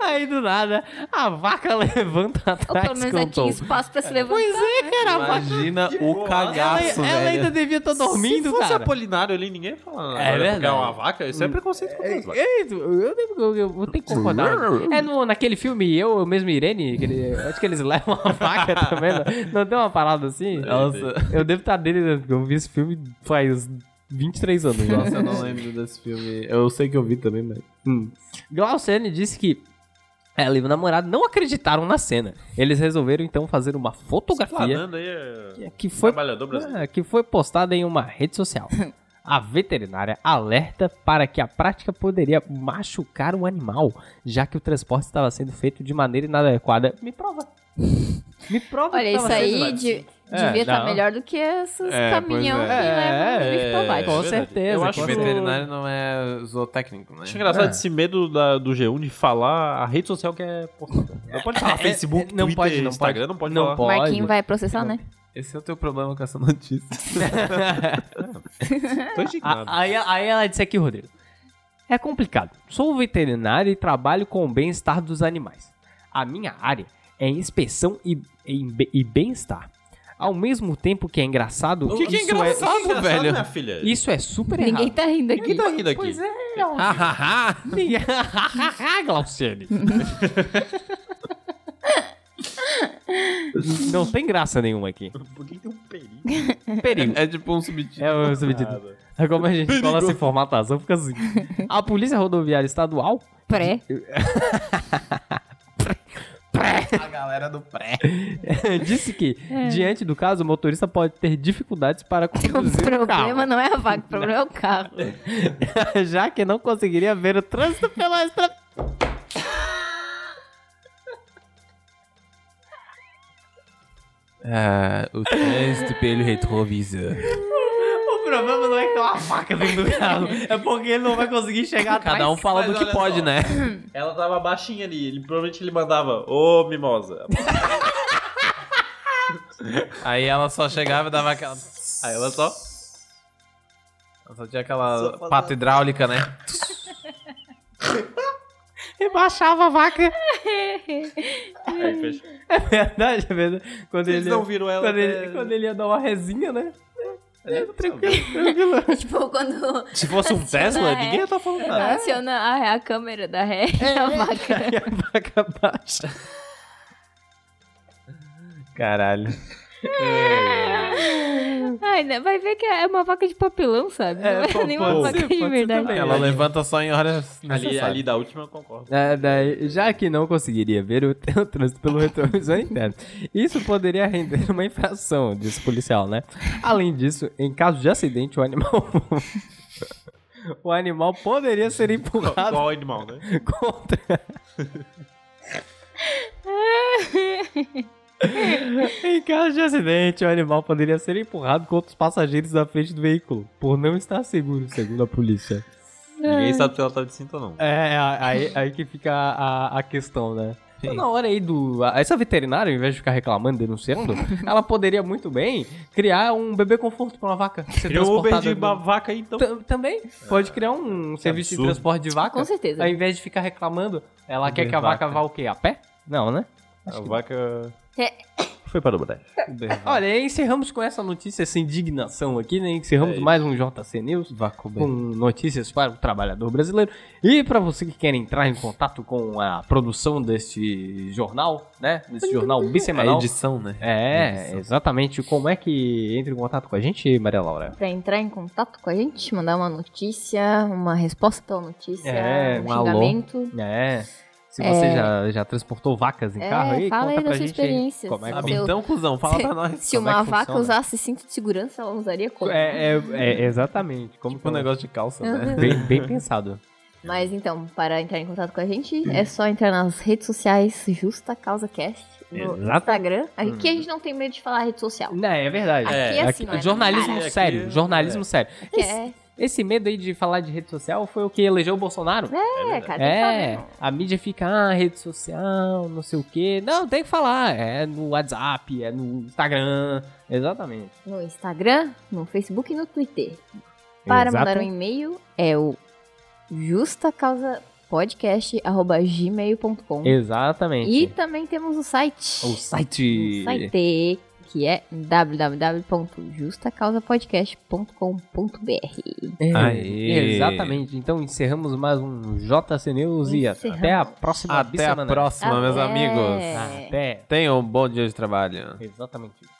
A: aí do nada, a vaca levanta
C: Ou pelo
A: atrás
C: menos é
A: com
C: ela
A: o
C: tinha
A: tom.
C: espaço pra se levantar.
A: Pois é, cara, a vaca.
E: Imagina o
A: Ela,
E: cagaço,
A: ela
E: velho.
A: ainda devia estar dormindo,
D: Se fosse
A: cara.
D: Apolinário ali, ninguém fala.
A: É
D: É
A: verdade.
D: verdade. É uma vaca, isso é preconceito contra as vacas.
A: Ei, tu- Eu, tenho- eu- eu vou ter que concordar. É no, naquele filme Eu, eu mesmo e Irene, que ele- acho que eles levam a vaca também. Não, não tem uma parada assim?
E: Nossa.
A: Eu devo estar dele, né? porque eu vi esse filme faz 23 anos. já.
E: Nossa, eu não lembro desse filme. Eu sei que eu vi também, mas.
A: Hum. Glauciane disse que ela e o namorado não acreditaram na cena. Eles resolveram então fazer uma fotografia
D: Planando aí. é-
A: que- que foi
D: Trabalhador brasileiro.
A: é, que foi postada em uma rede social. A veterinária alerta para que a prática poderia machucar o animal, já que o transporte estava sendo feito de maneira inadequada. Me prova. Me prova
C: Olha,
A: que
C: isso
A: estava sendo
C: aí
A: feito.
C: de-
A: É,
C: devia estar
A: não.
C: melhor do que esses
E: É,
C: caminhão
E: pois
C: que
E: é.
A: É,
C: levam
A: é,
C: virtualidade.
A: com
D: verdade.
A: certeza.
D: Eu acho
A: com
D: que
A: certeza.
E: Veterinário não é zootécnico, né?
D: Acho engraçado esse medo da- do G1 de falar a rede social que é portada. Não pode falar
A: É,
D: Facebook,
A: não
D: Twitter,
A: pode, não pode.
D: Instagram, não pode
A: Não
D: falar.
A: pode.
C: Marquinho vai processar, né?
E: Esse é o teu problema com essa notícia.
D: Tô indignado.
A: A- aí, aí ela disse aqui, Rodrigo. É complicado. Sou veterinário e trabalho com o bem-estar dos animais. A minha área é inspeção e, em be- e bem-estar. Ao mesmo tempo que é engraçado,
E: O que que é
A: isso
D: ah,
A: é,
E: engraçado, velho?
D: Minha filha.
A: isso é super
C: Ninguém
A: errado.
C: tá rindo aqui.
D: Quem tá rindo aqui?
A: Pois é, Ninguém- Glauciane. Não tem graça nenhuma aqui.
D: Por que tem um perigo?
A: Perigo.
E: É tipo um subtítulo.
A: É o subtítulo. É como a gente fala sem formatação, fica assim. A Polícia Rodoviária Estadual
C: Pré.
E: A galera do pré.
A: disse que,
C: É.
A: diante do caso, o motorista pode ter dificuldades para
C: O
A: conduzir o
C: um problema
A: carro,
C: não é a vaca, o problema é o carro.
A: já que não conseguiria ver o trânsito pela estrada.
E: Ah, o teste pelo retrovisor.
A: O problema não é que tem uma faca dentro do carro, é porque ele não vai conseguir chegar
E: Cada um fala do
D: mas
E: que
D: olha
E: pode,
D: só.
E: né?
D: Ela tava baixinha ali, ele, provavelmente ele mandava, ô mimosa.
E: Aí ela só chegava e dava aquela. Aí ela só. Ela só tinha aquela pata hidráulica, né?
A: E baixava a vaca.
D: Aí fechou.
A: É verdade, é verdade. Quando
D: Eles
A: ele,
D: não viram ela.
A: quando, ele,
D: até-
A: quando ele ia dar uma resinha, né?
C: É tipo quando
D: Se fosse um
C: Ah,
D: Tesla,
C: é.
D: ninguém ia tá falando nada.
C: aciona a, a câmera da ré
A: É.
C: e É a vaca.
A: E a vaca baixa.
E: Caralho.
C: Ai, né, vai ver que é uma vaca de papelão, sabe?
A: É,
C: Não é
A: pô,
C: nenhuma
A: pode
C: vaca
A: ser,
C: de
A: pode ser
C: verdade.
A: também.
E: Ela
A: É.
E: levanta só em horas
D: Ali,
E: necessárias.
D: ali da última eu concordo.
A: É, daí, já que não conseguiria ver o o trânsito pelo retrovisor interno, isso poderia render uma infração, disse o policial, né? Além disso, em caso de acidente, o animal. o animal poderia ser empurrado
D: Qual animal, né?
A: contra. em caso de acidente, o animal poderia ser empurrado contra os passageiros da frente do veículo, por não estar seguro, segundo a polícia.
D: Ninguém sabe se ela tá de cinto ou não.
A: É, a- aí, aí que fica a, a questão, né? Então, na hora aí do. a- Essa veterinária, ao invés de ficar reclamando, denunciando, ela poderia muito bem criar um bebê conforto pra uma vaca. Ser
D: Cria um Uber
A: transportada
D: de
A: no-
D: uma vaca aí, então.
A: Tam- Também pode criar um serviço de
D: absurdo.
A: transporte de vaca.
C: Com certeza.
A: Ao invés de ficar reclamando, ela quer que a vaca, vá o quê? A pé? Não, né?
D: A vaca.
C: É.
D: Foi para o Brasil.
A: Olha, aí encerramos com essa notícia, essa indignação aqui, né? Encerramos
D: É isso.
A: mais um JC News. com notícias para o trabalhador brasileiro. E para você que quer entrar em contato com a produção deste jornal, né? Desse jornal
E: A
A: bissemanal.
E: edição, né?
A: É, exatamente. Como é que entra em contato com a gente, Maria Laura?
C: Pra entrar em contato com a gente, mandar uma notícia, uma resposta pela notícia,
A: É,
C: um,
A: um alô.
C: xingamento.
A: É. Se você já, já transportou vacas em
C: É,
A: carro aí,
C: fala
A: conta
C: aí da
A: pra
C: sua
A: gente aí
C: experiência.
A: Como é,
C: Sabe?
A: como-
C: eu-
E: Então, cuzão, fala pra nós.
C: Tá Se
E: como é
C: uma
E: que
C: vaca
E: funciona.
C: usasse cinto de segurança, ela usaria como?
A: é, é- é, exatamente. Como
E: Tipo um
A: que-
E: negócio de calça, né?
A: bem, bem pensado.
C: Mas então, para entrar em contato com a gente, é só entrar nas redes sociais Justa Causa Cast no
D: Exato.
C: Instagram. Aqui a gente não tem medo de falar rede social.
A: Não, é verdade.
C: Aqui é assim, não é?
A: jornalismo
D: Cara,
A: sério,
D: aqui-
A: jornalismo sério.
C: Aqui é,
A: Esse medo aí de falar de rede social foi o que elegeu o Bolsonaro?
C: é, cara, tem que
A: É,
C: falar.
A: a mídia fica, ah, rede social, não sei o quê. Não, tem que falar. É no WhatsApp, é no Instagram. Exatamente.
C: No Instagram, no Facebook e no Twitter. Para mandar um e-mail é o justacausapodcast.gmail.com
A: Exatamente.
C: E também temos o site.
A: O site.
C: O Um site que é www.justacausapodcast.com.br.
A: É,
E: Aê.
A: Exatamente. Então encerramos mais um JC News e
C: Encerramos.
A: até a próxima
E: Até a
A: bissemana.
C: Ah, é.
E: próxima, meus
C: Até.
E: amigos.
A: Até.
C: É.
E: Tenham um bom dia de trabalho.
A: Exatamente.